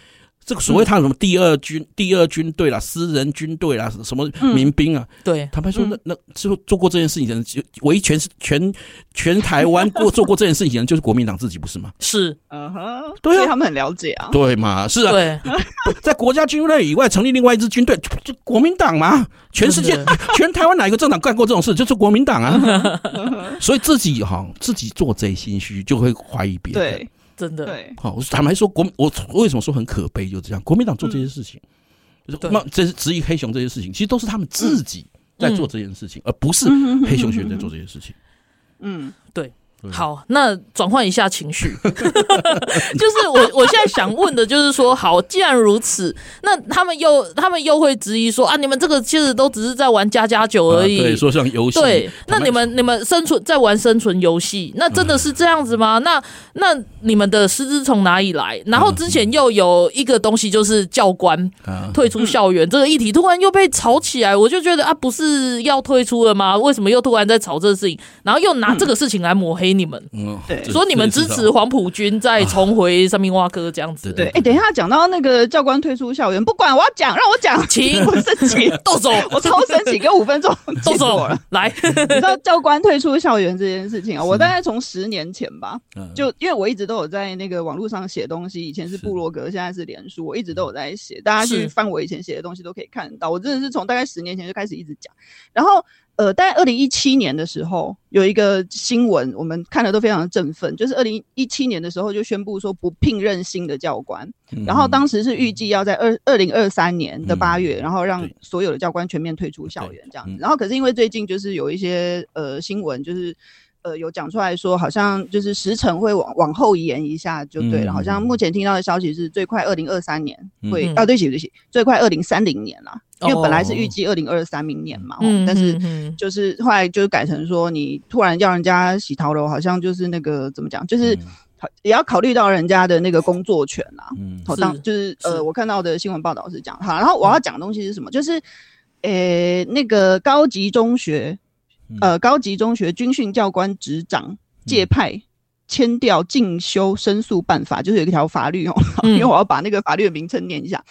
Speaker 3: 这个所谓他有什么第二军、
Speaker 2: 嗯
Speaker 3: 第二军队啦、私人军队啦、什么民兵啊，
Speaker 1: 对，
Speaker 3: 坦白说，
Speaker 2: 嗯
Speaker 3: 那那是做过这件事情的人，就唯一全是全全台湾过做过这件事情的人就是国民党自己，不是吗？
Speaker 1: 是，
Speaker 2: 嗯哼，
Speaker 3: 对啊
Speaker 2: 所以他们很了解啊。
Speaker 3: 对嘛？是啊，
Speaker 1: 对，
Speaker 3: 在国家军队以外成立另外一支军队，就就国民党嘛。全世界
Speaker 1: 真的、
Speaker 3: 全台湾哪一个政党干过这种事？就是国民党啊。所以自己哈，自己做贼心虚，就会怀疑别人。
Speaker 2: 对
Speaker 1: 真的，
Speaker 2: 对，
Speaker 3: 好，我坦白说，国我我为什么说很可悲？就这样，国民党做这些事情，就是
Speaker 1: 对
Speaker 3: 那这是质疑黑熊这些事情，其实都是他们自己在做这件事情，而不是黑熊学在做这件事情。
Speaker 2: 嗯，
Speaker 1: 好，那转换一下情绪， 就是我我现在想问的就是说，好，既然如此，那他们又他们又会质疑说啊，你们这个其实都只是在玩家家酒而已。
Speaker 3: 啊对，说像游戏，
Speaker 1: 对，那
Speaker 3: 坦白
Speaker 1: 你们你们生存在玩生存游戏，那真的是这样子
Speaker 3: 嗯
Speaker 1: 吗？那那你们的师资从哪里来？然后之前又有一个东西就是教官
Speaker 3: 啊
Speaker 1: 退出校园这个议题，突然又被炒起来，我就觉得啊，不是要退出了吗？为什么又突然在炒这个事情？然后又拿这个事情来抹黑你们，
Speaker 3: 嗯
Speaker 2: 对
Speaker 3: 这
Speaker 1: 说你们支
Speaker 3: 这
Speaker 1: 持
Speaker 3: 是
Speaker 1: 黄埔军再重回三明蛙哥这样 子。
Speaker 2: 对，哎、等一下讲到那个教官退出校园，不管我要讲，让我讲，
Speaker 1: 请
Speaker 2: 我生气，
Speaker 1: 动手，
Speaker 2: 我超生气，给我五分钟，
Speaker 1: 动
Speaker 2: 气死
Speaker 1: 手
Speaker 2: 我了。，
Speaker 1: 来，
Speaker 2: 你知道教官退出校园这件事情啊、我大概从十年前吧，
Speaker 3: 嗯
Speaker 2: 哎就因为我一直都有在那个网络上写东西，以前是
Speaker 3: 是
Speaker 2: 部落格，现在是脸书，我一直都有在写，大家去
Speaker 1: 是
Speaker 2: 翻我以前写的东西都可以看得到。我真的是从大概十年前就开始一直讲，然后呃，大概二零一七年的时候有一个新闻，我们看了都非常的振奋，就是二零一七年的时候就宣布说不聘任新的教官，然后当时是预计要在二二零二三年的八月，
Speaker 3: 嗯嗯
Speaker 2: 然后让
Speaker 3: 对
Speaker 2: 所有的教官全面退出校
Speaker 3: 对
Speaker 2: 园这样子
Speaker 3: 嗯。
Speaker 2: 然后可是因为最近就是有一些呃新闻，就是呃有讲出来说，好像就是时程会往往后延一下就对了。
Speaker 3: 嗯
Speaker 2: 好像目前听到的消息是最快二零二三年会、
Speaker 1: 嗯
Speaker 2: 啊，对不起对不起，最快二零三零年啦，因为本来是预
Speaker 1: 哦
Speaker 2: 计二零二三明年嘛，
Speaker 1: 嗯
Speaker 2: 哦但是。
Speaker 1: 嗯嗯
Speaker 2: 就是后来就是改成说，你突然要人家洗头楼，好像就是那个怎么讲，就是好也要考虑到人家的那个工作权啦。
Speaker 3: 嗯
Speaker 2: 好，
Speaker 1: 是
Speaker 2: 当就是
Speaker 1: 是嗯
Speaker 2: 呃，我看到的新闻报道是这样。好，然后我要讲的东西是什么？就是，呃，那个高级中学，
Speaker 1: 嗯
Speaker 2: 呃，高级中学军训教官执掌界派签调进修申诉办法，就是有一条法律哦，
Speaker 1: 嗯
Speaker 2: 因为我要把那个法律的名称念一下。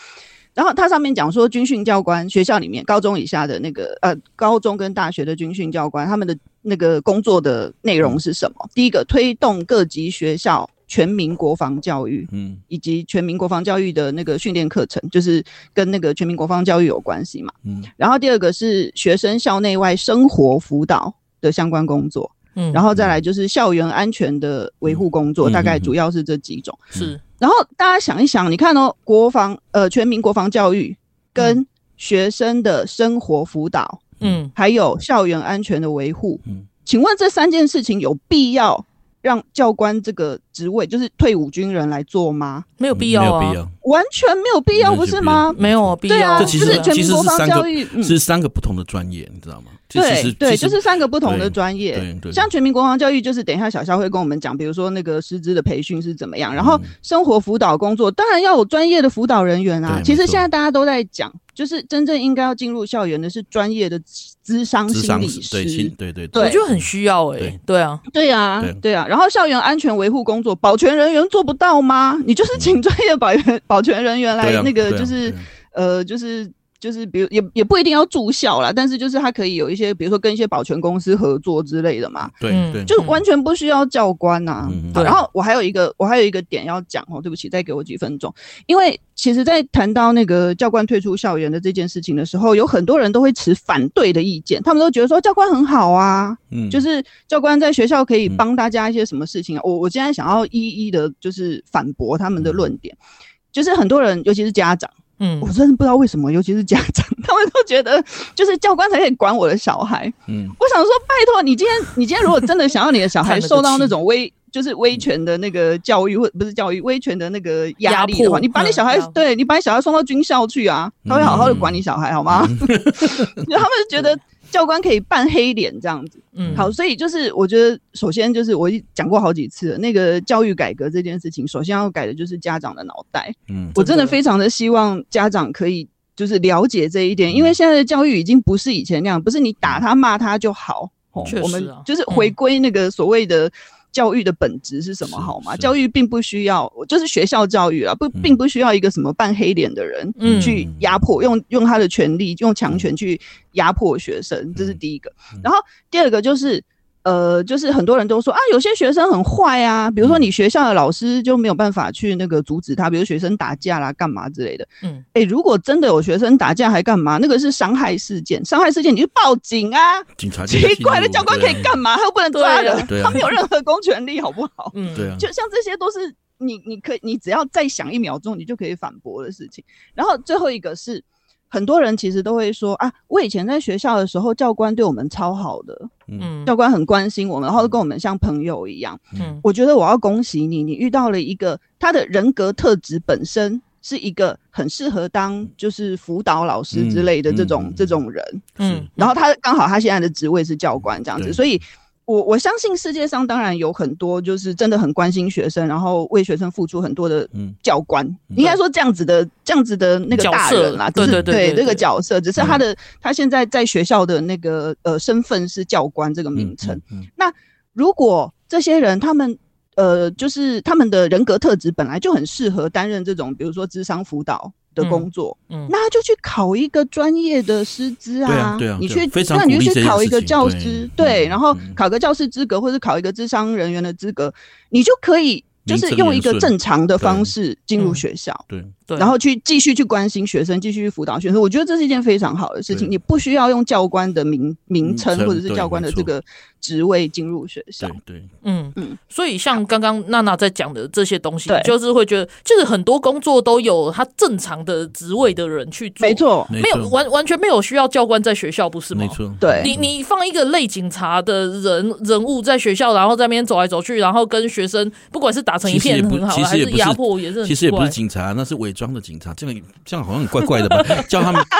Speaker 2: 然后它上面讲说，军训教官学校里面高中以下的那个呃，高中跟大学的军训教官，他们的那个工作的内
Speaker 1: 嗯
Speaker 2: 容是什么？第一个，推动各级学校全民国防教育。
Speaker 3: 嗯
Speaker 2: 以及全民国防教育的那个训练课程，就是跟那个全民国防教育有关系嘛。
Speaker 3: 嗯
Speaker 2: 然后第二个是学生校内外生活辅导的相关工作，
Speaker 1: 嗯
Speaker 2: 然后再来就是校园安全的维护工作，
Speaker 3: 嗯
Speaker 2: 大概
Speaker 3: 嗯嗯
Speaker 2: 主要是这几种。
Speaker 1: 是
Speaker 2: 然后大家想一想，你看哦，国防呃全民国防教育
Speaker 3: 嗯
Speaker 2: 跟学生的生活辅导，
Speaker 1: 嗯
Speaker 2: 还有校园安全的维护，
Speaker 3: 嗯
Speaker 2: 请问这三件事情有必要让教官这个职位，就是退伍军人来做吗？
Speaker 1: 没有必要
Speaker 3: 没有
Speaker 1: 啊
Speaker 3: 必，要，
Speaker 2: 完全没有必要，
Speaker 3: 没有
Speaker 2: 不是吗？
Speaker 1: 没有必
Speaker 2: 对
Speaker 1: 要，
Speaker 2: 啊，
Speaker 3: 这
Speaker 2: 就
Speaker 3: 其实
Speaker 2: 是全
Speaker 3: 其
Speaker 2: 民
Speaker 3: 实
Speaker 2: 国
Speaker 3: 是
Speaker 2: 防
Speaker 3: 三个
Speaker 2: 教育，嗯
Speaker 3: 是三个不同的专业，你知道吗？这其
Speaker 2: 对
Speaker 3: 实
Speaker 2: 对，
Speaker 3: 其实
Speaker 2: 就是三个不同的
Speaker 3: 对
Speaker 2: 专
Speaker 3: 对
Speaker 2: 业。
Speaker 3: 对
Speaker 2: 像全民国防教育，就是等一下小肖会跟我们讲，比如说那个师资的培训是怎么样，然
Speaker 3: 嗯
Speaker 2: 后生活辅导工作当然要有专业的辅导人员啊
Speaker 3: 对。
Speaker 2: 其实
Speaker 3: 没错
Speaker 2: 现在大家都在讲，就是真正应该要进入校园的是专业的咨商
Speaker 3: 智
Speaker 2: 心
Speaker 3: 商
Speaker 2: 理
Speaker 3: 是对
Speaker 2: 师
Speaker 3: 心。对对啊
Speaker 2: 对
Speaker 1: 我觉得很需要哎、
Speaker 3: 对
Speaker 1: 对啊，
Speaker 2: 对啊
Speaker 3: 对，
Speaker 2: 对啊。然后校园安全维护工作，保全人员做不到吗？你就是请专业保全保全人员来
Speaker 3: 嗯对啊
Speaker 2: 那个
Speaker 3: 对啊
Speaker 2: 就是
Speaker 3: 对啊
Speaker 2: 呃，就是就是，比如也也不一定要住校啦，但是就是他可以有一些，比如说跟一些保全公司合作之类的嘛，
Speaker 3: 对
Speaker 1: 嗯
Speaker 3: 对，
Speaker 2: 就完全不需要教官呐、
Speaker 3: 嗯嗯
Speaker 2: 好
Speaker 1: 对
Speaker 2: 然后我还有一个，我还有一个点要讲哦，对不起，再给我几分钟，因为其实，在谈到那个教官退出校园的这件事情的时候，有很多人都会持反对的意见，他们都觉得说教官很好啊，
Speaker 3: 嗯
Speaker 2: 就是教官在学校可以
Speaker 3: 嗯
Speaker 2: 帮大家一些什么事情啊？我我今天想要一一的，就是反驳他们
Speaker 3: 嗯
Speaker 2: 的论点，就是很多人，尤其是家长。
Speaker 1: 嗯
Speaker 2: 我真的不知道为什么，尤其是家长， 他们都觉得就是教官才可以管我的小孩。
Speaker 3: 嗯
Speaker 2: 我想说，拜托你今天，你今天如果真的想要你的小
Speaker 1: 叹
Speaker 2: 孩
Speaker 1: 了个
Speaker 2: 受
Speaker 1: 气
Speaker 2: 到那种威，就是威权的那个教育，或不是教育，威权的那个压
Speaker 1: 压
Speaker 2: 力的话，
Speaker 1: 迫
Speaker 2: 你把你小孩，
Speaker 1: 嗯压嗯
Speaker 2: 对你把你小孩送到军校去啊，他会好好的管你小孩，好吗？然后他们觉得教官可以扮黑脸这样子。
Speaker 1: 嗯
Speaker 2: 好，所以就是我觉得，首先就是我已讲过好几次了，那个教育改革这件事情，首先要改的就是家长的脑袋。
Speaker 3: 嗯
Speaker 2: 我真
Speaker 1: 真
Speaker 2: 的
Speaker 1: 的
Speaker 2: 非常的希望家长可以就是了解这一点，
Speaker 1: 嗯
Speaker 2: 因为现在的教育已经不是以前那样，不是你打他骂他就好，哦
Speaker 1: 确实啊
Speaker 2: 我们就是回归那个所谓的。教育的本质是什么？
Speaker 1: 嗯
Speaker 3: 是
Speaker 2: 好吗？
Speaker 3: 是
Speaker 2: 教育并不需要，就是学校教育啊，不，
Speaker 3: 嗯
Speaker 2: 并不需要一个什么扮黑脸的人
Speaker 1: 嗯
Speaker 2: 去压迫，用用他的权利，用强权去压迫学生，这是
Speaker 1: 嗯
Speaker 2: 第一个。然后第二个就是，呃，就是很多人都说啊，有些学生很坏啊，比如
Speaker 1: 嗯
Speaker 2: 说你学校的老师就没有办法去那个阻止他，比如学生打架啦、干嘛之类的。
Speaker 1: 嗯，
Speaker 2: 哎、如果真的有学生打架还干嘛？那个是伤害事件，伤害事件你就报 警啊。
Speaker 3: 警察
Speaker 2: 奇怪的教官可以干
Speaker 3: 嘛？
Speaker 2: 嘛？他又不能抓
Speaker 1: 对啊
Speaker 2: 人，
Speaker 3: 对啊
Speaker 2: 他没有任何公权力，好不好？
Speaker 1: 嗯
Speaker 3: 对啊，
Speaker 2: 就像这些都是你，你可以，你只要再想一秒钟，你就可以反驳的事情。然后最后一个是，很多人其实都会说啊，我以前在学校的时候，教官对我们超好的，
Speaker 1: 嗯
Speaker 2: 教官很关心我们，然后跟我们像朋友一样。
Speaker 1: 嗯
Speaker 2: 我觉得我要恭喜你，你遇到了一个他的人格特质本身是一个很适合当就是辅导老师之类的这种、
Speaker 3: 嗯嗯嗯
Speaker 2: 这种人，
Speaker 1: 嗯
Speaker 2: 然后他刚好他现在的职位是教官这样子，
Speaker 3: 对
Speaker 2: 所以。我我相信世界上当然有很多就是真的很关心学生，然后为学生付出很多的
Speaker 3: 嗯
Speaker 2: 教官，
Speaker 3: 嗯
Speaker 2: 应该说这样子的这样子的那个
Speaker 1: 角
Speaker 2: 大
Speaker 1: 色
Speaker 2: 人啦，
Speaker 1: 对
Speaker 2: 只是
Speaker 1: 对对对
Speaker 2: 这个
Speaker 1: 对
Speaker 2: 角色，只是
Speaker 3: 嗯
Speaker 2: 他的、他现在在学校的那个呃身份是教官这个名称。
Speaker 3: 嗯
Speaker 2: 如果这些人他们呃，就是他们的人格特质本来就很适合担任这种，比如说智商辅导的工作，
Speaker 1: 嗯
Speaker 2: 那他就去考一个专业的师资
Speaker 3: 对啊对啊
Speaker 2: 你
Speaker 3: 对啊
Speaker 2: 去
Speaker 3: 非常
Speaker 2: 那你
Speaker 3: 鼓励
Speaker 2: 就
Speaker 3: 这
Speaker 2: 去
Speaker 3: 件
Speaker 2: 考一
Speaker 3: 事
Speaker 2: 个
Speaker 3: 情
Speaker 2: 教
Speaker 3: 对
Speaker 2: 师，
Speaker 3: 嗯
Speaker 2: 对，然后
Speaker 3: 嗯
Speaker 2: 考个教师资格或者考一个智商人员的资格，你就可以就
Speaker 3: 名
Speaker 2: 是
Speaker 3: 正
Speaker 2: 用
Speaker 3: 言
Speaker 2: 一个
Speaker 3: 顺
Speaker 2: 正常的
Speaker 3: 对
Speaker 2: 方式进入
Speaker 1: 嗯
Speaker 2: 学校。
Speaker 3: 对，
Speaker 1: 对，
Speaker 2: 然后去继续去关心学生，继续去辅导学生。我觉得这是一件非常好的事情，
Speaker 3: 对
Speaker 2: 你不需要用教官的名名称
Speaker 3: 称
Speaker 2: 或者是
Speaker 3: 对
Speaker 2: 教官
Speaker 3: 没
Speaker 2: 的这
Speaker 3: 错
Speaker 2: 个职位进入学校
Speaker 3: 对。对，
Speaker 1: 嗯
Speaker 2: 嗯，
Speaker 1: 所以像刚刚娜娜在讲的这些东西
Speaker 2: 对，
Speaker 1: 就是会觉得，就是很多工作都有他正常的职位的人去做，
Speaker 2: 没，错，
Speaker 3: 没
Speaker 1: 没有
Speaker 3: 错
Speaker 1: 完完全没有需要教官在学校，不是吗？
Speaker 3: 没错，
Speaker 2: 对
Speaker 1: 你你放一个类警察的人人物在学校，然后在那边走来走去，然后跟学生不管是打成一
Speaker 3: 其实也
Speaker 1: 片
Speaker 3: 不
Speaker 1: 很好，
Speaker 3: 其实
Speaker 1: 还
Speaker 3: 也不是
Speaker 1: 压迫也是很
Speaker 3: 嗯其实也不是
Speaker 1: 奇
Speaker 3: 警察，那是伪装的警察，这个这样好像很怪怪的吧？ 叫他们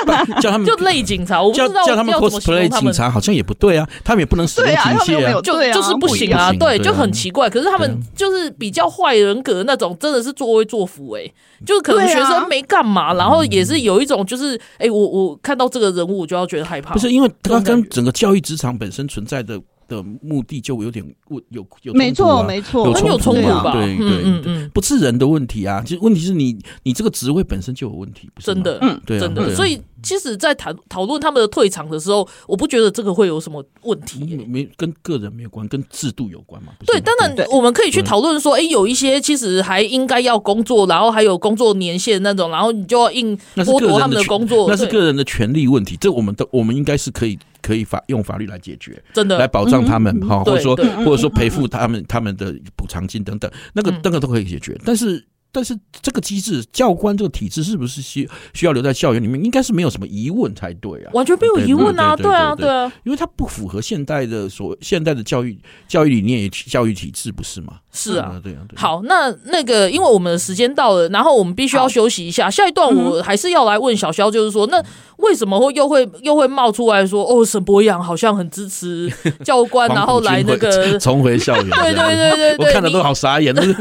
Speaker 3: 叫他
Speaker 1: 怪
Speaker 3: 们
Speaker 1: 就类警察，我不
Speaker 3: 叫
Speaker 1: 知道
Speaker 3: 叫他们
Speaker 1: 要怎么形
Speaker 3: cosplay
Speaker 1: 容他
Speaker 3: 警
Speaker 1: 们。
Speaker 3: 察好像也不对啊，他们也不能使用
Speaker 2: 对
Speaker 3: 警
Speaker 2: 啊，他们又没
Speaker 3: 械
Speaker 2: 有
Speaker 3: 啊。
Speaker 1: 就
Speaker 2: 对啊，
Speaker 1: 就是不行啊，
Speaker 3: 不
Speaker 1: 对，
Speaker 3: 一样对啊啊
Speaker 1: 就很奇怪。可是他们就是比较坏人格那种，真的是作威作福哎、
Speaker 3: 嗯
Speaker 1: 就是可能
Speaker 2: 对
Speaker 1: 学
Speaker 2: 啊
Speaker 1: 生没干嘛，然后也是有一种就是哎、我我看到这个人物我就要觉得害怕。
Speaker 3: 不是因为
Speaker 1: 这种
Speaker 3: 它
Speaker 1: 感
Speaker 3: 跟
Speaker 1: 觉
Speaker 3: 整个教育职场本身存在的的目的就有点有有有
Speaker 2: 没
Speaker 3: 冲突
Speaker 2: 错
Speaker 3: 啊
Speaker 2: 没错，
Speaker 3: 有
Speaker 1: 很有
Speaker 3: 冲
Speaker 1: 冲突
Speaker 3: 啊
Speaker 1: 吧？
Speaker 3: 对
Speaker 1: 嗯
Speaker 3: 对
Speaker 1: 嗯嗯，
Speaker 3: 不是人的问题啊，其实问题是你你这个职位本身就有问题，不是吗
Speaker 1: 真的，
Speaker 2: 嗯
Speaker 3: 对啊
Speaker 1: 真
Speaker 3: 对
Speaker 1: 的。
Speaker 3: 啊
Speaker 1: 所以即使在谈讨论他们的退场的时候，我不觉得这个会有什么问题耶、
Speaker 3: 没没跟个人没有关，跟制度有关嘛？不是
Speaker 1: 对，
Speaker 3: 吗
Speaker 1: 当然
Speaker 2: 对
Speaker 1: 我们可以去讨论说，哎、有一些其实还应该要工作，然后还有工作年限那种，然后你就要硬
Speaker 3: 那是个
Speaker 1: 剥
Speaker 3: 人
Speaker 1: 夺他们的
Speaker 3: 权
Speaker 1: 工作，
Speaker 3: 那是
Speaker 1: 对
Speaker 3: 个人的权利问题，这我们都我们应该是可以可以法用法律来解决，
Speaker 1: 真
Speaker 3: 来
Speaker 1: 的，嗯
Speaker 3: 保障他们哈，
Speaker 1: 对
Speaker 3: 或者说
Speaker 1: 对
Speaker 3: 或者说赔付他们他们的补偿金等等，那个
Speaker 1: 嗯
Speaker 3: 那个都可以解决，但是。但是这个机制，教官这个体制是不是需需要留在校园里面？应该是没有什么疑问才对啊。
Speaker 1: 完全没有疑问啊，
Speaker 3: 对对对
Speaker 1: 啊，
Speaker 3: 对
Speaker 1: 对啊，
Speaker 3: 因为它不符合现代的所现代的教育教育理念也教育体制，不是吗？
Speaker 1: 是啊。
Speaker 3: 对啊，对啊。，
Speaker 1: 好，那那个，因为我们的时间到了，然后我们必须要
Speaker 2: 好
Speaker 1: 休息一下。下一段我还是要来问小肖，就是说，那为什么会又会又会冒出来说，哦，沈博阳好像很支持教官，然后来那个
Speaker 3: 重回校园，
Speaker 1: 对对
Speaker 3: 这样
Speaker 1: 对对对，
Speaker 3: 我看了
Speaker 1: 你
Speaker 3: 都好傻眼。那 是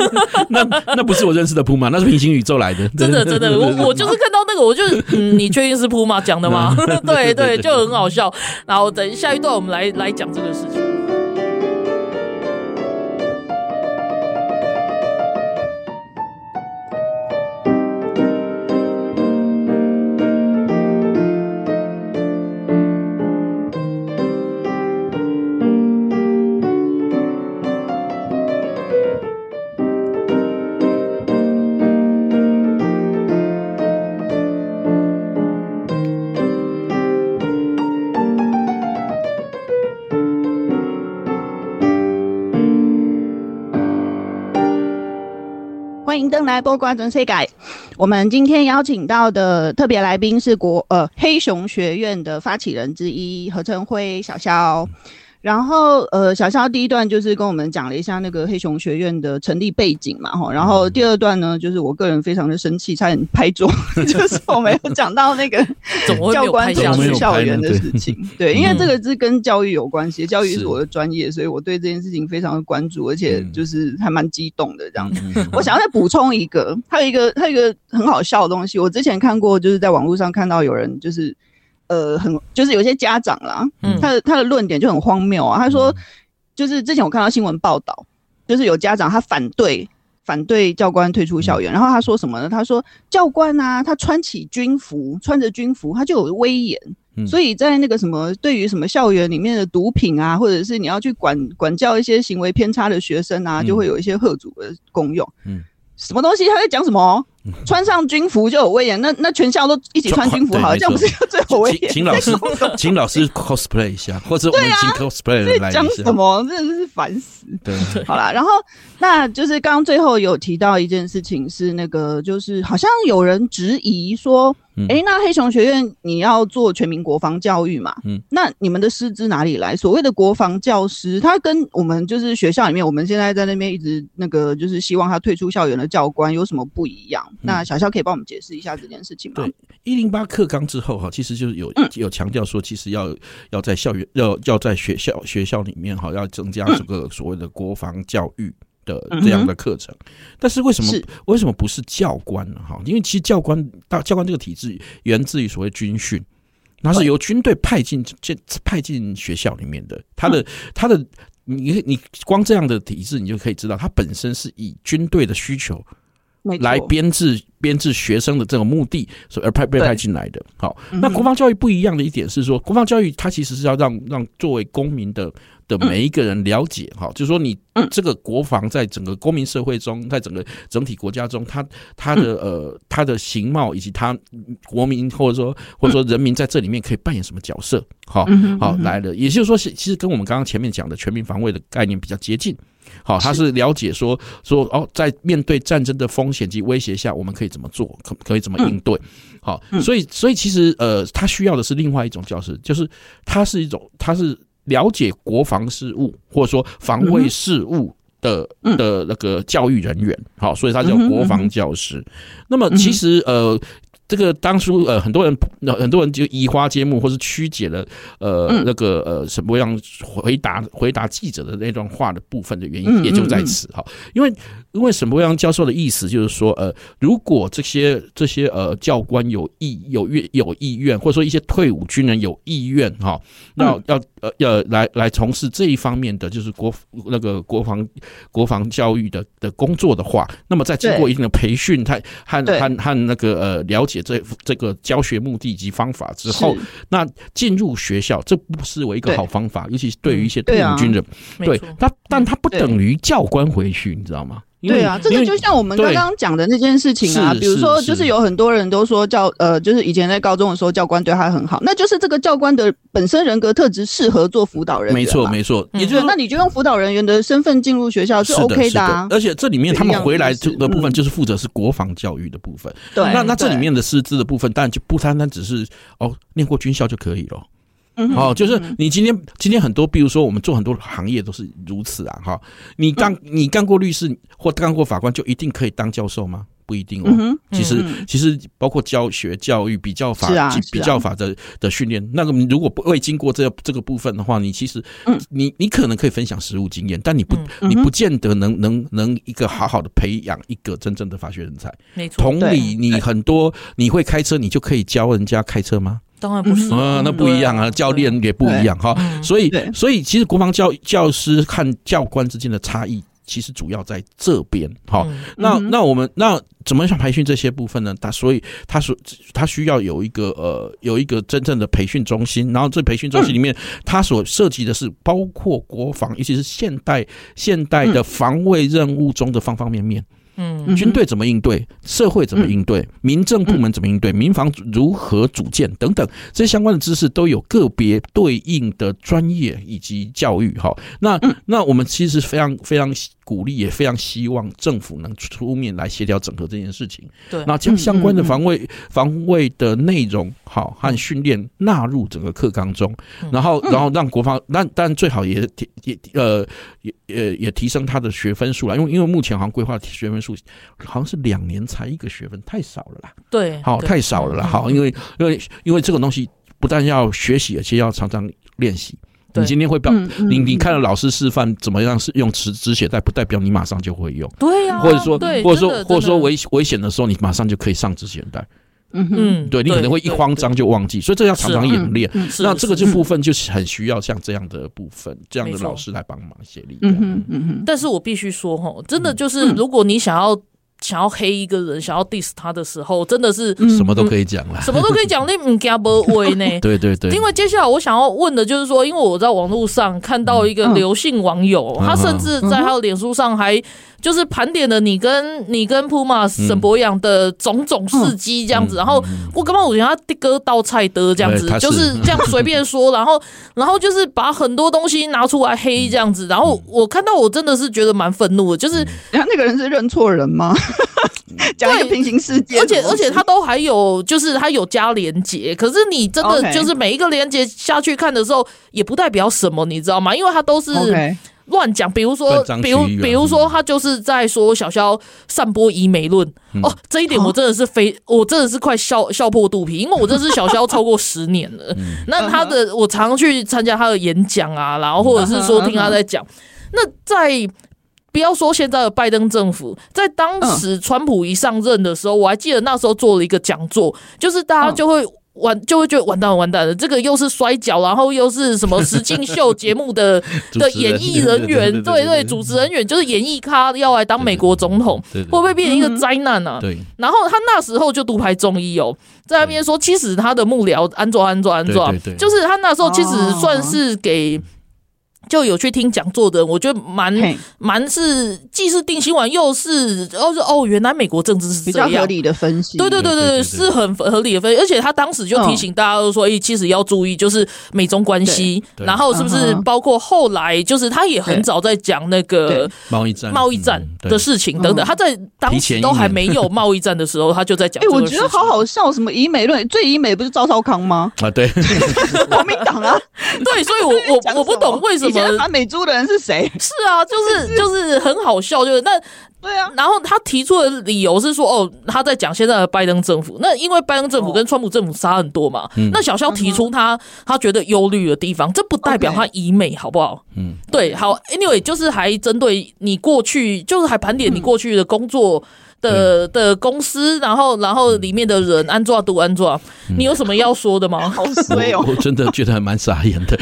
Speaker 3: 那那不是我认识的普马，那是平行宇宙来的。
Speaker 1: 真的真的，
Speaker 3: 对对
Speaker 1: 我我就是看到那个，我就嗯，你确定是铺吗讲的 吗？对对，就很好笑。然后等下一段我们来来讲这个事情。
Speaker 2: 欢迎登来播瓜真世改。我们今天邀请到的特别来宾是国呃黑熊学院的发起人之一何成辉小肖。然后呃，小肖第一段就是跟我们讲了一下那个黑熊学院的成立背景嘛，哈。然后第二段呢，就是我个人非常的生气，差点拍桌， 就是我没有讲到那个
Speaker 1: 怎么会没
Speaker 2: 教
Speaker 1: 有
Speaker 2: 官
Speaker 1: 拍下
Speaker 2: 走
Speaker 3: 怎
Speaker 1: 去
Speaker 3: 么没
Speaker 2: 出
Speaker 3: 有？
Speaker 2: 校园的
Speaker 3: 拍呢
Speaker 2: 事情，对，因为这个是跟教育有关系，教育是
Speaker 3: 是
Speaker 2: 我的专业，所以我对这件事情非常的关注，而且
Speaker 3: 嗯
Speaker 2: 就是还蛮激动的这样。
Speaker 3: 嗯 嗯
Speaker 2: 我想要再补充一个，还有一个，还有一个很好笑的东西，我之前看过，就是在网络上看到有人就是，呃，很就是有些家长啦，
Speaker 1: 嗯
Speaker 2: 他的他的论点就很荒谬啊，他说，
Speaker 3: 嗯
Speaker 2: 就是之前我看到新闻报道，就是有家长他反对。反对教官退出
Speaker 3: 嗯
Speaker 2: 校园，然后他说什么呢？他说教官啊，他穿起军服，穿着军服，他就有威严，
Speaker 3: 嗯
Speaker 2: 所以在那个什么，对于什么校园里面的毒品啊，或者是你要去管管教一些行为偏差的学生啊，
Speaker 3: 嗯
Speaker 2: 就会有一些贺主的功用。
Speaker 3: 嗯
Speaker 2: 什么东西？他在讲什么？穿上军服就有威严，那那全校都一起穿军服好了，
Speaker 3: 穿
Speaker 2: 这样不是就 最有威
Speaker 3: 请
Speaker 2: 严？
Speaker 3: 请老师，请老师 cosplay 一下，或者我们请 cosplay 人来
Speaker 2: 讲
Speaker 3: 一下
Speaker 2: 什。么？真的是烦死！思。
Speaker 3: 对，
Speaker 2: 好 啦，然后那就是刚刚最后有提到一件事情是那个，就是好像有人质疑说，
Speaker 3: 嗯
Speaker 2: 诶，那黑熊学院你要做全民国防教育嘛？
Speaker 3: 嗯
Speaker 2: 那你们的师资哪里来？所谓的国防教师，他跟我们就是学校里面，我们现在在那边一直那个就是希望他退出校园的教官有什么不一样？那小肖可以帮我们解释一下这件事情吗？
Speaker 3: 嗯对一零八课纲之后哈，其实就是有有强调说，其实要要在校园要要在学校学校里面哈，要增加这个所谓的国防教育。的这样的课程，但是为什么
Speaker 2: 是
Speaker 3: 为什么不是教官呢？哈，因为其实教官大教官这个体制源自于所谓军训，那是由军队派进这派进学校里面的，他的他的你你光这样的体制，你就可以知道，它本身是以军队的需求
Speaker 2: 没错
Speaker 3: 来编制编制学生的这种目的，所而派被派进来的。好，
Speaker 2: 嗯
Speaker 3: 那国防教育不一样的一点是说，国防教育它其实是要让让作为公民的的每一个人了解，
Speaker 2: 嗯
Speaker 3: 哈，就是说你这个国防在整个公民社会中，在整个整体国家中，它它的
Speaker 2: 嗯
Speaker 3: 呃它的形貌以及它国民或者说或者说人民在这里面可以扮演什么角色，好
Speaker 2: 嗯
Speaker 3: 好来了，也就是说是其实跟我们刚刚前面讲的全民防卫的概念比较接近。好，他是了解说说哦，在面对战争的风险及威胁下，我们可以怎么做，可可以怎么应对？好，所以所以其实呃，他需要的是另外一种教师，就是他是一种他是了解国防事务或者说防卫事务。的的那个教育人员，好，所以他叫国防教师。那么其实呃，这个当初呃，很多人呃很多人就移花接木，或是曲解了呃、那个呃什么样回答回答记者的那段话的部分的原因，也就在此哈、因为因为沈伯阳教授的意思就是说，呃，如果这些这些呃教官有意有愿有意愿，或者说一些退伍军人有意愿哈、要要呃要来来从事这一方面的就是国那个国防国防教育的的工作的话，那么在经过一定的培训，他和
Speaker 2: 对
Speaker 3: 和和那个呃了解这这个教学目的及方法之后
Speaker 2: 是，
Speaker 3: 那进入学校这不失为一个
Speaker 2: 对
Speaker 3: 好方法，尤其是对于一些退
Speaker 2: 对
Speaker 3: 伍
Speaker 2: 啊嗯
Speaker 3: 军人，
Speaker 1: 没
Speaker 3: 对
Speaker 1: 错，
Speaker 3: 他，但他不
Speaker 2: 对
Speaker 3: 等于教官回去，你知道吗？因为
Speaker 2: 对啊，这
Speaker 3: 因
Speaker 2: 个
Speaker 3: 为
Speaker 2: 就像我们
Speaker 3: 对
Speaker 2: 刚刚讲的那件事情啊
Speaker 3: 是，
Speaker 2: 比如说，
Speaker 3: 是
Speaker 2: 就是
Speaker 3: 是
Speaker 2: 有很多人都说教呃，就是以前在高中的时候，教官对他很好，那就是这个教官的本身人格特质适合做辅导人员嘛，
Speaker 3: 没错没错，
Speaker 1: 嗯
Speaker 3: 也就是
Speaker 2: 对，
Speaker 3: 说
Speaker 2: 那你就用辅导人员的身份进入学校是
Speaker 3: 的
Speaker 2: OK
Speaker 3: 是的呃
Speaker 2: 啊，
Speaker 3: 而且这里面他们回来
Speaker 2: 是一样的嗯
Speaker 3: 的部分就是负责是国防教育的部分。
Speaker 2: 对，
Speaker 3: 那那这里
Speaker 2: 对
Speaker 3: 面的师资的部分，当然就不单单只是哦念过军校就可以了。
Speaker 2: 嗯
Speaker 3: 哦，就是你今天今天很多，比如说我们做很多行业都是如此啊，哈，你
Speaker 2: 嗯
Speaker 3: 当你干过律师或干过法官，就一定可以当教授吗？不一定
Speaker 2: 嗯
Speaker 3: 哦。其实其实包括教学、教育、比较法
Speaker 2: 是啊
Speaker 3: 及
Speaker 2: 是啊
Speaker 3: 比较法的的训练，那个你如果不未经过这这个部分的话，你其实
Speaker 2: 嗯
Speaker 3: 你你可能可以分享实务经验，但你不你不见得能能能一个好好的培养一个真正的法学人才。
Speaker 1: 没错，
Speaker 3: 同理，你很多你会开车，你就可以教人家开车吗？
Speaker 1: 当然不是，
Speaker 3: 啊，那不一样啊，教练也不一样哈。所以
Speaker 2: 对，
Speaker 3: 所以其实国防教教师和教官之间的差异，其实主要在这边
Speaker 1: 嗯
Speaker 3: 哈。那那我们那怎么样培训这些部分呢？他所以他所他需要有一个呃有一个真正的培训中心，然后这培训中心里面，它所涉及的是包括国防，尤其是现代现代的防卫任务中的方方面面。
Speaker 1: 嗯
Speaker 3: 军队怎么应对，社会怎么应对，民政部门怎么应
Speaker 1: 嗯
Speaker 3: 对，民防如何组建等等，这些相关的知识都有个别对应的专业以及教育哈。那
Speaker 1: 嗯
Speaker 3: 那我们其实非常非常鼓励，也非常希望政府能出面来协调整合这件事情。
Speaker 1: 对嗯
Speaker 3: 那将相关的防卫防卫的内容好和训练纳入整个课纲中，
Speaker 1: 嗯
Speaker 3: 然后然后让国防，但但最好也提也呃也也也提升他的学分数了，因为因为目前好像规划学分数好像是两年才一个学分，太少了啦，
Speaker 1: 对，
Speaker 3: 好
Speaker 1: 对
Speaker 3: 太少了啦，
Speaker 1: 嗯
Speaker 3: 好，因为因为因为这种东西不但要学习，而且要常常练习。
Speaker 1: 对
Speaker 3: 你今天会表，
Speaker 2: 嗯嗯
Speaker 3: 你你看了老师示范怎么样是用止止血带，不代表你马上就会用，
Speaker 1: 对呀，
Speaker 3: 或者说
Speaker 1: 对
Speaker 3: 或者说
Speaker 1: 真的
Speaker 3: 或者说
Speaker 1: 真的
Speaker 3: 危危险的时候，你马上就可以上止血带。
Speaker 1: 嗯，
Speaker 3: 对你可能会一
Speaker 1: 对
Speaker 3: 慌张就忘记，所以这要常常演练。
Speaker 1: 是
Speaker 3: 那这个
Speaker 1: 是
Speaker 3: 这部分就是很需要像这样的部分，这样的
Speaker 1: 没错
Speaker 3: 老师来帮忙协力。
Speaker 2: 嗯哼嗯哼，
Speaker 3: 嗯
Speaker 1: 但是我必须说，哈，真的就是，如果你想要想要黑一个人、想要 diss 他的时候，真的是
Speaker 3: 什么都可以讲啦。
Speaker 1: 什么都可以讲，那唔加不为 呢？
Speaker 3: 对对对，
Speaker 1: 因为接下来我想要问的就是说，因为我在网络上看到一个刘姓网友，
Speaker 3: 嗯
Speaker 1: 他甚至在他的脸书上还就是盘点了你跟你跟普马沈博养的种种事迹这样
Speaker 3: 嗯
Speaker 1: 子，然后我刚刚我觉得他的哥到菜的这样子
Speaker 3: 对他，是
Speaker 1: 就是这样随便 说，然后然后就是把很多东西拿出来黑这样子，然后我看到我真的是觉得蛮愤怒的，
Speaker 3: 嗯
Speaker 1: 就是
Speaker 2: 然后那个人是认错人吗？讲一个
Speaker 1: 对
Speaker 2: 平行世界，
Speaker 1: 而且而且他都还有，就是他有加连接，可是你真的
Speaker 2: OK
Speaker 1: 就是每一个连接下去看的时候，也不代表什么，你知道吗？因为他都是
Speaker 2: OK
Speaker 1: 乱讲，比如说
Speaker 3: 断章，
Speaker 1: 比如
Speaker 3: 取义啊
Speaker 1: 比如说，他就是在说小肖散播医美论、哦，这一点我真的是非，我真的是快笑笑破肚皮，因为我认识小肖超过十年了。那他的我常去参加他的演讲啊，然后或者是说听他在讲，那在。不要说现在的拜登政府，在当时川普一上任的时候，我还记得那时候做了一个讲座，就是大家就会完就会觉得完蛋了完蛋了，这个又是摔跤，然后又是什么实境秀节目的
Speaker 3: 主持
Speaker 1: 的
Speaker 3: 人
Speaker 1: 演艺人员，
Speaker 3: 对对对
Speaker 1: 对
Speaker 3: 对
Speaker 1: 对，
Speaker 3: 对
Speaker 1: 主持人员就是演艺咖要来当美国总统，
Speaker 3: 对对对
Speaker 1: 会不会变成一个灾难呢、啊？
Speaker 3: 对
Speaker 1: 然后他那时候就独排众议哦，在那边说，其实他的幕僚安装安装安装
Speaker 3: 对对，对
Speaker 1: 就是他那时候其实算是给。就有去听讲座的人，我觉得蛮
Speaker 3: 嗯
Speaker 2: 嘿
Speaker 1: 蛮是既是定心丸，又是哦是哦，原来美国政治是
Speaker 2: 比
Speaker 1: 这
Speaker 2: 较合
Speaker 1: 样，
Speaker 2: 理的分析，
Speaker 1: 对对对对
Speaker 3: 对
Speaker 1: 对，
Speaker 3: 对对
Speaker 1: 是很合理的分析。而且他当时就提醒大家都说，哎、其实要注意就是美中关系，
Speaker 3: 对
Speaker 1: 然后是不是
Speaker 2: 嗯哼
Speaker 1: 包括后来就是他也很
Speaker 2: 对
Speaker 1: 早在讲那个
Speaker 2: 对
Speaker 3: 贸易战
Speaker 1: 贸易战
Speaker 3: 嗯对
Speaker 1: 的事情等等。
Speaker 2: 嗯
Speaker 1: 他在当
Speaker 3: 提
Speaker 1: 时
Speaker 3: 前一
Speaker 1: 都还
Speaker 3: 年
Speaker 1: 没有贸易战的时候，他就在讲
Speaker 2: 哎、
Speaker 1: 这个
Speaker 2: 我
Speaker 1: 事
Speaker 2: 觉
Speaker 1: 情。
Speaker 2: 得好好笑，什么以美论，最以美不是赵少康 吗？
Speaker 3: 啊， 对，
Speaker 2: 国民党啊，
Speaker 1: 对，所以 我
Speaker 2: 讲
Speaker 1: 我我不
Speaker 2: 什么
Speaker 1: 懂为什
Speaker 2: 以
Speaker 1: 么
Speaker 2: 前反美猪的人 是谁？
Speaker 1: 是啊，就是就是很好笑，就是那
Speaker 2: 对啊，
Speaker 1: 然后他提出的理由是说，哦，他在讲现在的拜登政府，那因为拜登政府跟川普政府差很多嘛。那小肖提出他、他觉得忧虑的地方，这不代表他以美，好不好？
Speaker 3: 嗯，
Speaker 1: 对，好，anyway，就是还针对你过去，就是还盘点你过去的工作。的的公司，然后然后里面的人安抓读安抓，你有什么要说的吗？
Speaker 2: 好衰
Speaker 3: 我
Speaker 2: 哦。
Speaker 3: 我真的觉得还蛮傻眼 的。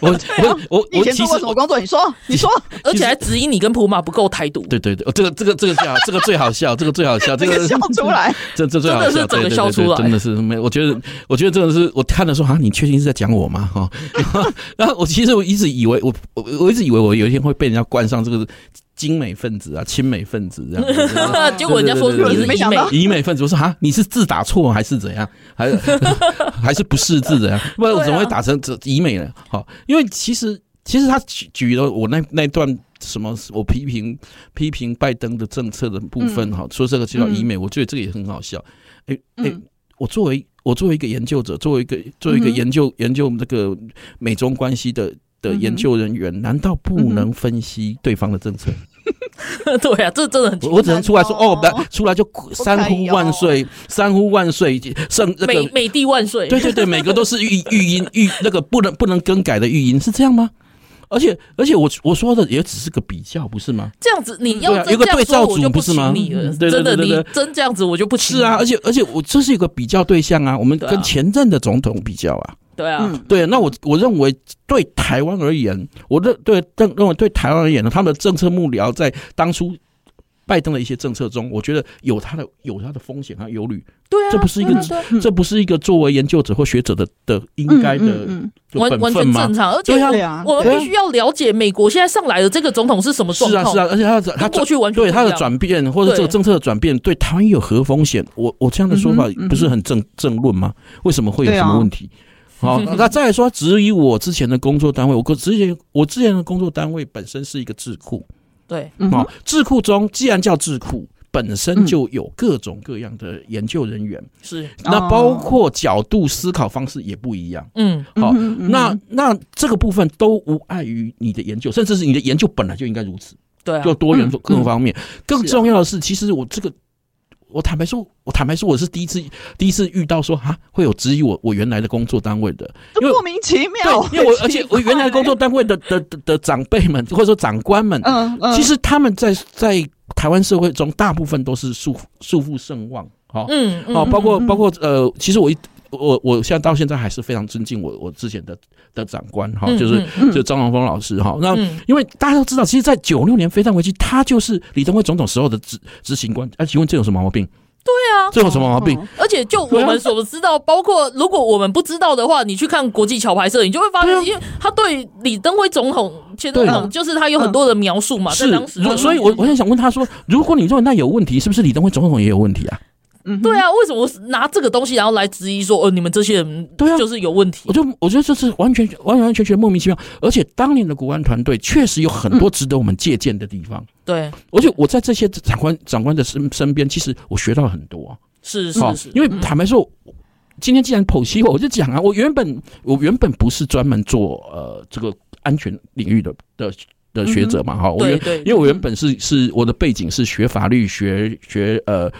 Speaker 3: 我我我
Speaker 2: 你以
Speaker 3: 我
Speaker 2: 前
Speaker 3: 其
Speaker 2: 做过
Speaker 3: 实
Speaker 2: 什么工作？你说，你说，
Speaker 1: 而且还质疑你跟普马不够台独，
Speaker 3: 对对对，哦这个这个这个最好，这个最好笑，这个最好 笑，这
Speaker 2: 这个
Speaker 3: 个
Speaker 2: 笑出来，
Speaker 3: 这这最好
Speaker 1: 真的是
Speaker 3: 笑，
Speaker 1: 整个
Speaker 3: 对对对
Speaker 1: 笑出来
Speaker 3: 真的是没，我觉得我觉得真的是，我看的时候啊，你确定是在讲 我吗？哈、 然后我其实我一直以为我我我一直以为我有一天会被人家冠上这个精美分子啊、亲美分子这样子。这样
Speaker 1: 结果人家说
Speaker 3: 对对对
Speaker 1: 你是以
Speaker 3: 对对
Speaker 2: 没想
Speaker 1: 美
Speaker 2: 到
Speaker 3: 以美分子，我说啊，你是字打错还是怎样？还 还是不识字怎样？不然我怎么会打成这以美呢？好，因为其实其实他举举了我那那段什么，我批评批评拜登的政策的部分哈，说这个就叫以美，我觉得这个也很好笑。哎哎，我作为我作为一个研究者，作为一个作为一个研究研究这个美中关系的。的研究人员难道不能分析对方的政策？
Speaker 1: 对啊，这真的很奇
Speaker 3: 我我只能出来说哦，
Speaker 2: 难哦
Speaker 3: 不，出来就三呼万岁，三呼万岁，圣那
Speaker 1: 美
Speaker 3: 个，
Speaker 1: 美帝万岁。
Speaker 3: 对对对，每个都是御御音御那个不能不能更改的御音，是这样吗？而且而且我我说的也只是个比较，不是吗？
Speaker 1: 这样子你要
Speaker 3: 对啊
Speaker 1: 真
Speaker 3: 有个
Speaker 1: 这样
Speaker 3: 对
Speaker 1: 说
Speaker 3: 照
Speaker 1: 我
Speaker 3: 组
Speaker 1: 就不
Speaker 3: 不是吗
Speaker 1: 请你了，
Speaker 3: 嗯对
Speaker 1: 真的，
Speaker 3: 对对对
Speaker 1: 你
Speaker 3: 对
Speaker 1: 真这样子我就不请
Speaker 3: 是啊，
Speaker 1: 你
Speaker 3: 而且而且我这是一个比较对象啊，我们
Speaker 1: 对啊
Speaker 3: 跟前任的总统比较啊，
Speaker 1: 对啊，
Speaker 3: 对，那我我认为对台湾而言，我认对认认为对台湾而言呢，他们的政策幕僚在当初拜登的一些政策中，我觉得有他的有他的风险和忧虑，
Speaker 1: 对啊，
Speaker 3: 这不是一个
Speaker 1: 对啊对啊
Speaker 3: 这不是一个作为研究者或学者的的应该的
Speaker 2: 嗯
Speaker 3: 就
Speaker 1: 完
Speaker 3: 本
Speaker 1: 啊完
Speaker 3: 分
Speaker 1: 全
Speaker 3: 吗
Speaker 1: 正？常，而且
Speaker 3: 对
Speaker 2: 对
Speaker 3: 啊，
Speaker 2: 啊，
Speaker 1: 我
Speaker 2: 对
Speaker 1: 们必须要了解美国现在上来的这个总统是什么状
Speaker 3: 是啊，
Speaker 1: 况，
Speaker 3: 是啊，而且他的他
Speaker 1: 跟过去完全不
Speaker 3: 对
Speaker 1: 一
Speaker 3: 他的
Speaker 1: 样
Speaker 3: 转变或者这个
Speaker 1: 对
Speaker 3: 政策的转变对台湾有何风险？我我这样的说法
Speaker 2: 嗯哼嗯哼
Speaker 3: 不是很正正论吗？为什么会有
Speaker 2: 对
Speaker 3: 什
Speaker 2: 啊
Speaker 3: 么问题？
Speaker 1: 嗯
Speaker 3: 好， 那再来说，质疑我之前的工作单位，我跟之前我之前的工作单位本身是一个智库，
Speaker 1: 对，
Speaker 2: 嗯哼
Speaker 3: 好，智库中既然叫智库，本
Speaker 1: 嗯
Speaker 3: 身就有各种各样的研究人员，
Speaker 1: 是，
Speaker 3: 那包括角度、思考方式也不一样。
Speaker 1: 嗯，
Speaker 3: 好，那那这个部分都无碍于你的研究，甚至是你的研究本来就应该如此，
Speaker 1: 对啊
Speaker 3: 就，多元
Speaker 2: 嗯
Speaker 3: 各
Speaker 2: 嗯
Speaker 3: 方面。更重要的是，其实我这个，我坦白说，我坦白说，我是第一次第一次遇到说啊，会有质疑我我原来的工作单位的，
Speaker 2: 这
Speaker 3: 因为
Speaker 2: 莫名其妙，
Speaker 3: 对，因为我而且我原来的工作单位的的的的长辈们或者说长官们，
Speaker 2: 嗯嗯，
Speaker 3: 其实他们在在台湾社会中，大部分都是束缚束缚圣望，好，
Speaker 1: 嗯嗯
Speaker 3: 哦，包括包括呃，其实我一。我我现在到现在还是非常尊敬我我之前的的长官哈，
Speaker 1: 嗯
Speaker 3: 就是
Speaker 2: 嗯
Speaker 3: 就是张荣峰老师哈。那
Speaker 1: 嗯
Speaker 3: 因为大家都知道，其实，在九六年非战危机，他就是李登辉总统时候的执执行官。哎、请问这有什么毛病？对啊，这有什么毛病？
Speaker 1: 而且就我们所知道，包括如果我们不知道的话，你去看国际桥牌社，你就会发
Speaker 3: 对啊
Speaker 1: 现，因为他对李登辉总统、前总
Speaker 3: 对啊
Speaker 1: 统，就是他有很多的描述嘛，啊在
Speaker 3: 是
Speaker 1: 当时嗯
Speaker 3: 如
Speaker 1: 的，
Speaker 3: 所以我我很想问他说，如果你认为那有问题，是不是李登辉总统也有问题啊？
Speaker 2: 嗯哼，
Speaker 1: 对啊，为什么拿这个东西然后来质疑说，呃，你们这些人
Speaker 3: 对啊
Speaker 1: 就是有问题
Speaker 3: 我？就我觉得这是完全完完全全莫名其妙，而且当年的国安团队确实有很
Speaker 1: 嗯
Speaker 3: 多值得我们借鉴的地方。
Speaker 1: 对，
Speaker 3: 而且我在这些长官长官的身身边，其实我学到很多、啊。
Speaker 1: 是
Speaker 3: 好
Speaker 1: 是是，
Speaker 3: 因为
Speaker 1: 嗯
Speaker 3: 坦白说，今天既然剖析我，我就讲啊，我原本我原本不是专门做呃这个安全领域的的的学者嘛，哈、我
Speaker 1: 对
Speaker 3: 原
Speaker 1: 嗯对，嗯
Speaker 3: 因为我原本是是我的背景是学法律学学呃。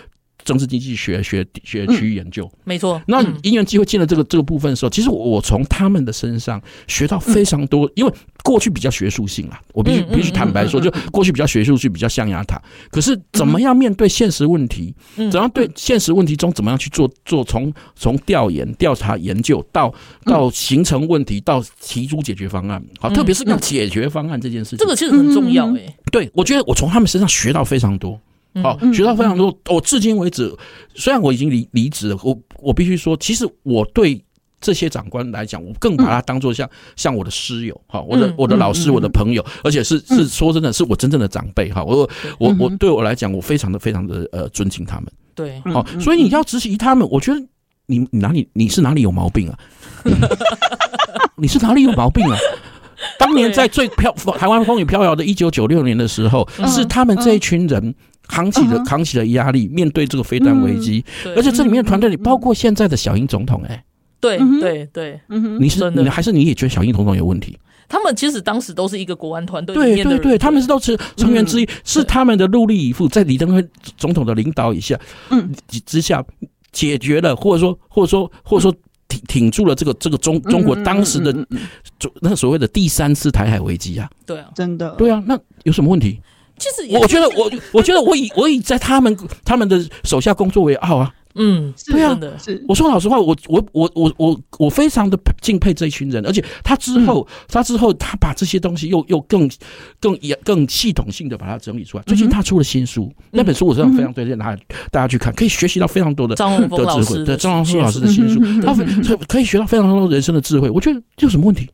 Speaker 3: 政治经济学学学
Speaker 1: 嗯
Speaker 3: 区域研究，
Speaker 1: 没错，
Speaker 3: 那
Speaker 1: 嗯
Speaker 3: 因缘机会进了这个这个部分的时候，其实我我从他们的身上学到非常多，因为过去比较学术性啦，啊我必
Speaker 1: 嗯
Speaker 3: 须
Speaker 1: 嗯嗯
Speaker 3: 必须坦白说，
Speaker 1: 嗯嗯
Speaker 3: 就过去比较学术性，比较象牙塔。可是怎么样面对现实问题，
Speaker 1: 嗯
Speaker 3: 怎样对现实问题中怎么样去做做从从调研、调查、研究到到形成问题，到提出解决方案，好，
Speaker 1: 嗯
Speaker 3: 特别是要解决方案这件事情，
Speaker 1: 这个其实很重
Speaker 3: 嗯
Speaker 1: 要欸诶，
Speaker 3: 对我觉得我从他们身上学到非常多。
Speaker 1: 嗯
Speaker 3: 好、学到非常多。
Speaker 2: 嗯
Speaker 3: 我至今为止，虽然我已经离离职了，我我必须说，其实我对这些长官来讲，我更把他当做像、像我的师友，哈、我的
Speaker 1: 嗯
Speaker 3: 我的老师，
Speaker 2: 嗯嗯
Speaker 3: 我的朋友，而且是是说真的，是我真正的长辈，哈、我我我
Speaker 2: 嗯
Speaker 3: 对我来讲，我非常的非常的呃尊敬他们，
Speaker 1: 对，
Speaker 2: 嗯
Speaker 3: 好、
Speaker 2: 嗯
Speaker 3: 所以你要执行他们，我觉得你你哪里你是哪里有毛病啊？ 你是哪里有毛病 啊？当年在最飘台湾风雨飘摇的1996年的时候，
Speaker 1: 嗯
Speaker 3: 是他们这一群人扛起了
Speaker 2: 嗯
Speaker 3: 扛起了压力，面对这个飞弹危机，
Speaker 1: 对
Speaker 3: 而且这里面的团队里
Speaker 2: 嗯
Speaker 3: 包括现在的小英总统，哎，
Speaker 1: 对
Speaker 2: 嗯哼
Speaker 1: 对对，
Speaker 2: 嗯哼，
Speaker 3: 你是
Speaker 1: 真的
Speaker 3: 你还是你也觉得小英总统有问题？
Speaker 1: 他们其实当时都是一个国安团队里
Speaker 3: 对
Speaker 1: 面的
Speaker 3: 对
Speaker 1: 人，
Speaker 3: 对，他们是都是成员之一，是他们的陆力以赴，在李登辉总统的领导以下，
Speaker 2: 嗯
Speaker 3: 之之下解决了，或者说或者说或者说挺挺住了这个这个中中国当时的
Speaker 2: 嗯嗯嗯嗯嗯
Speaker 3: 中那所谓的第三次台海危机啊，
Speaker 1: 对啊，
Speaker 2: 真的，
Speaker 3: 对啊，那有什么问题？
Speaker 1: 其实也
Speaker 3: 我我觉得我我觉得我以我以在他们他们的手下工作为傲啊。
Speaker 1: 嗯，
Speaker 2: 是
Speaker 3: 对啊
Speaker 1: 真的，
Speaker 2: 是
Speaker 3: 我说老实话，我我我我我我非常的敬佩这一群人，而且他之后、他之后他把这些东西又又更更也更系统性的把它整理出来。最近他出了新书，那本书我真的非常推荐大家大家去看，可以学习到非常多的。
Speaker 1: 张荣峰
Speaker 3: 的
Speaker 1: 老
Speaker 3: 智
Speaker 1: 师
Speaker 3: 慧，对
Speaker 1: 的
Speaker 3: 张老师
Speaker 1: 学
Speaker 3: 老
Speaker 1: 术
Speaker 3: 师的新书
Speaker 2: 嗯嗯嗯，
Speaker 3: 他可可以学到非常多人生的智慧。我觉得这有什么问题？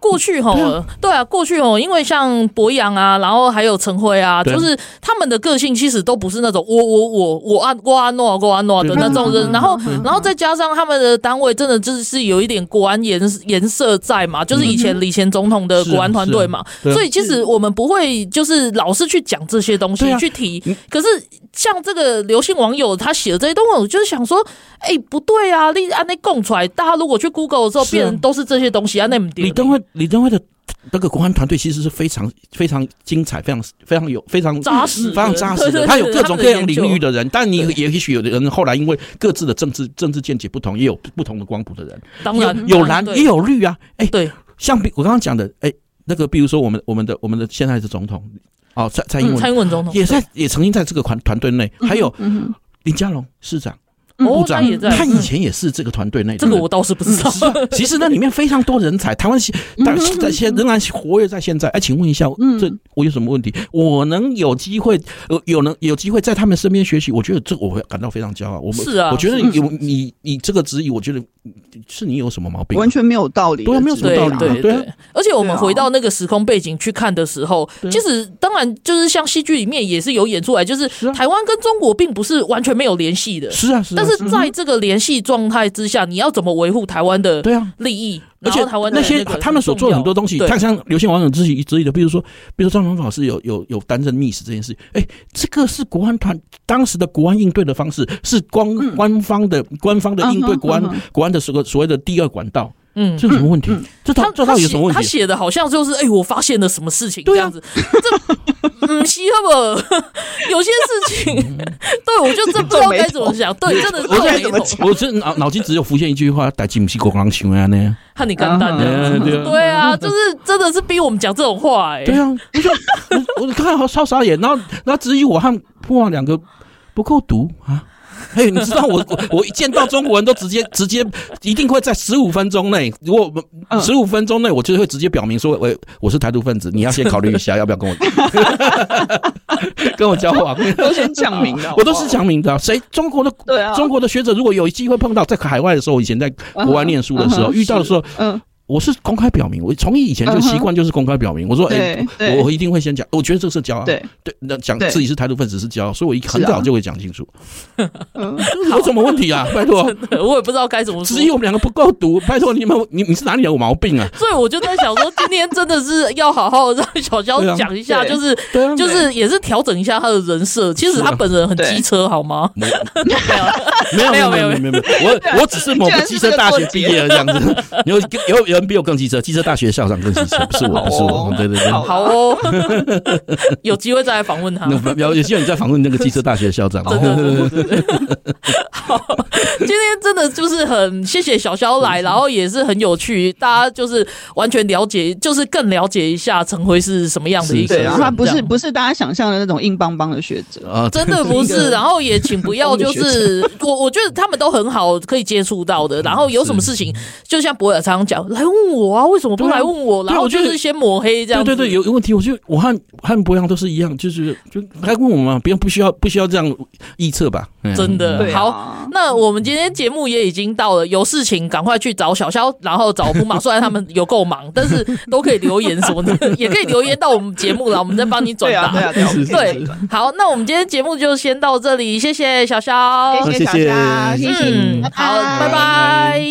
Speaker 1: 过去吼，对啊，过去吼，因为像博洋啊，然后还有陈辉啊，
Speaker 3: 对
Speaker 1: 就是他们的个性其实都不是那种我我我我按我安诺啊我安诺的
Speaker 3: 对
Speaker 1: 那种人，
Speaker 2: 嗯
Speaker 1: 然后
Speaker 2: 嗯
Speaker 1: 然后再加上他们的单位真的就是有一点国安颜颜色在嘛，就是以前李前总统的
Speaker 3: 是啊
Speaker 1: 国安团队嘛，
Speaker 3: 是啊对啊
Speaker 1: 所以其实我们不会就是老是去讲这些东西、
Speaker 3: 对啊
Speaker 1: 去提
Speaker 3: 嗯，
Speaker 1: 可是像这个刘姓网友他写的这些东西，我就是想说，哎、不对啊，你按那供出来，大家如果去 Google 的时候，
Speaker 3: 是啊
Speaker 1: 变成都是这些东西啊，那么
Speaker 3: 李登辉，李登辉的那个公安团队其实是非常非常精彩，非常非常有非常
Speaker 1: 扎实的
Speaker 3: 非常扎实
Speaker 1: 对对对
Speaker 3: 的。他有各种各样领域
Speaker 1: 他们的研
Speaker 3: 的人，但你也也许有的人后来因为各自的政治政治见解不同，也有不同的光谱的人，
Speaker 1: 当然
Speaker 3: 有有蓝
Speaker 1: 对
Speaker 3: 也有绿啊。哎，
Speaker 1: 对，
Speaker 3: 像比我刚刚讲的，哎，那个比如说我们我们的我们的现在的总统，哦，蔡蔡英
Speaker 1: 嗯蔡
Speaker 3: 文
Speaker 1: 英文总统
Speaker 3: 也在也曾经在这个团团队内，还有
Speaker 2: 嗯哼，
Speaker 3: 林佳龙市长、
Speaker 2: 嗯
Speaker 1: 哦
Speaker 3: 部
Speaker 1: 他
Speaker 3: 长
Speaker 1: 也在，，
Speaker 3: 他以
Speaker 1: 嗯
Speaker 3: 前也是这个团队内 的
Speaker 1: 这个
Speaker 3: 人
Speaker 1: 我倒是不知道，
Speaker 3: 是啊其实那里面非常多人才，台湾现但
Speaker 2: 嗯
Speaker 3: 在现仍然活跃在现在。哎，请问一下，
Speaker 2: 嗯
Speaker 3: 这我有什么问题？我能有机会，呃，有能有机会在他们身边学习，我觉得这个我会感到非常骄傲。我们
Speaker 1: 是啊
Speaker 3: 我觉得
Speaker 2: 是
Speaker 3: 有你你这个质疑，我觉得是你有什么毛病？
Speaker 2: 完全没有道理的
Speaker 3: 对啊
Speaker 2: 指
Speaker 3: 没
Speaker 2: 控，
Speaker 3: 有什么
Speaker 1: 对
Speaker 3: 道理
Speaker 1: 对
Speaker 3: 啊 对啊
Speaker 1: 而且我们
Speaker 2: 对啊
Speaker 1: 回到那个时空背景去看的时候，
Speaker 3: 啊
Speaker 1: 其实当然就是像戏剧里面也是有演出来，就是
Speaker 3: 是啊
Speaker 1: 台湾跟中国并不是完全没有联系的，
Speaker 3: 是啊，是啊，
Speaker 1: 但是在这个联系状态之下，你要怎么维护台湾的
Speaker 3: 对啊。
Speaker 1: 利益？
Speaker 3: 而且
Speaker 1: 然后台湾的
Speaker 3: 那些
Speaker 1: 个很
Speaker 3: 他们所做的很多东西，
Speaker 1: 重要
Speaker 3: 看
Speaker 1: 对
Speaker 3: 像流行网友之一之一的，比如说，比如说张荣老师有有有担任密使这件事，哎，这个是国安团当时的国安应对的方式，是官
Speaker 1: 嗯
Speaker 3: 官方的官方的应对
Speaker 2: 嗯哼
Speaker 3: 国安
Speaker 2: 嗯哼
Speaker 3: 国安的所谓所谓的第二管道，
Speaker 1: 嗯。
Speaker 3: 这有什么问题？这到
Speaker 1: 他
Speaker 3: 这到
Speaker 1: 他
Speaker 3: 底有什么
Speaker 1: 写
Speaker 3: 问
Speaker 1: 他
Speaker 3: 题？
Speaker 1: 写的好像就是，哎、我发现了什么事情这
Speaker 3: 对
Speaker 1: 样
Speaker 3: 啊
Speaker 1: 子，这嗯，稀罕不？ 有些事 情， 对我就真不知道该怎么想，对，真的是
Speaker 3: 嗯我
Speaker 1: 皱
Speaker 3: 现在
Speaker 1: 眉
Speaker 3: 怎
Speaker 1: 头
Speaker 3: 么，我这脑脑筋只有浮现一句话：“逮鸡不是狗狼熊啊呢。
Speaker 1: 和你干蛋这样子
Speaker 3: 嗯对啊
Speaker 1: 对啊，就是真的是逼我们讲这种话、”哎，
Speaker 3: 对啊，我 就我我看好超傻眼，然后然后质疑我和破两个不够毒啊。嘿，你知道我 我我一见到中国人都直接直接一定会在十五分钟内，如果
Speaker 2: 嗯
Speaker 3: 十五分钟内，我就会直接表明说，喂，我是台独分子，你要先考虑一下要不要跟我 跟我交往。
Speaker 2: 都先讲明的好不好
Speaker 3: 我都是讲明的啊。谁中国的
Speaker 2: 对啊
Speaker 3: 中国的学者，如果有机会碰到在海外的时候，以前在国外念书的时
Speaker 2: 嗯
Speaker 3: 候
Speaker 2: 哼
Speaker 3: 遇到的时候，
Speaker 2: 嗯，
Speaker 3: 我是公开表明，我从以前就习惯就是公开表明。我说，哎
Speaker 2: 对，对
Speaker 3: 我我一定会先讲，我觉得这是骄傲。啊
Speaker 2: 对，
Speaker 3: 对，那讲
Speaker 2: 对
Speaker 3: 自己是台独分子是骄傲，所以我一很
Speaker 2: 是啊
Speaker 3: 早就会讲清楚。
Speaker 2: 嗯，
Speaker 3: 有什么问题啊？拜托，
Speaker 1: 我也不知道该怎么说
Speaker 3: 只。有我们两个不够毒。拜托你们，你你是哪里有毛病啊？
Speaker 1: 所以我就在想说，今天真的是要好好让小娇
Speaker 3: 对啊
Speaker 1: 讲一下，
Speaker 2: 对
Speaker 1: 就是
Speaker 3: 对啊，
Speaker 1: 就是也是调整一下他的人设。其实
Speaker 3: 是啊
Speaker 1: 他本人很机车，好吗？没有没有
Speaker 3: 没有没有没有没有没有，我我只是某个机车大学毕业的这样子。 有有有人比我更机车，机车大学校长更机车，不是我，不是
Speaker 2: 好
Speaker 3: 我
Speaker 2: 哦，
Speaker 3: 对对对。
Speaker 2: 好
Speaker 1: 好哦， 有机会再来访问 他。
Speaker 3: 那不有有些人在访问那个机车大学校长，
Speaker 1: 真的真的，真的好， 今天真的就是很谢谢小肖来，然后也是很有趣，大家就是完全了解，就是更了解一下陈辉是什么样的一个
Speaker 3: 是
Speaker 2: 对
Speaker 1: 人
Speaker 2: 啊，。他不
Speaker 1: 这
Speaker 2: 是
Speaker 1: 样
Speaker 2: 不是大家想象的那种硬邦邦的学者，
Speaker 3: 啊，
Speaker 1: 真的不
Speaker 2: 是一
Speaker 1: 是，
Speaker 2: 个
Speaker 1: 然后也请不要，就是我我觉得他们都很好，可以接触到
Speaker 3: 嗯
Speaker 1: 的。然后有什么事情，就像博尔常常讲，来问我啊，为什么不
Speaker 3: 对啊
Speaker 1: 来问我？
Speaker 3: 对啊
Speaker 1: 然后
Speaker 3: 我觉
Speaker 1: 就
Speaker 3: 得
Speaker 1: 是先抹黑这样
Speaker 3: 对
Speaker 1: 子。
Speaker 3: 对对，有有问题，我就我和和博洋都是一样，就是就他问我嘛，不用不需要不需要这样臆测吧？嗯
Speaker 1: 真的
Speaker 2: 对啊
Speaker 1: 好，那我们今天节目也已经到了，有事情赶快去找小肖，然后找布马。虽然他们有够忙，但是都可以留言什么的，也可以留言到我们节目了，我们再帮你转
Speaker 2: 对啊，对
Speaker 1: 达。
Speaker 2: 啊，对啊，
Speaker 3: 是是
Speaker 2: 我们可以
Speaker 1: 对，好，那我们今天节目就先到这里，谢谢小肖，嗯
Speaker 2: 谢谢
Speaker 3: 谢谢
Speaker 2: 大家，谢谢，
Speaker 1: 嗯，好，拜拜。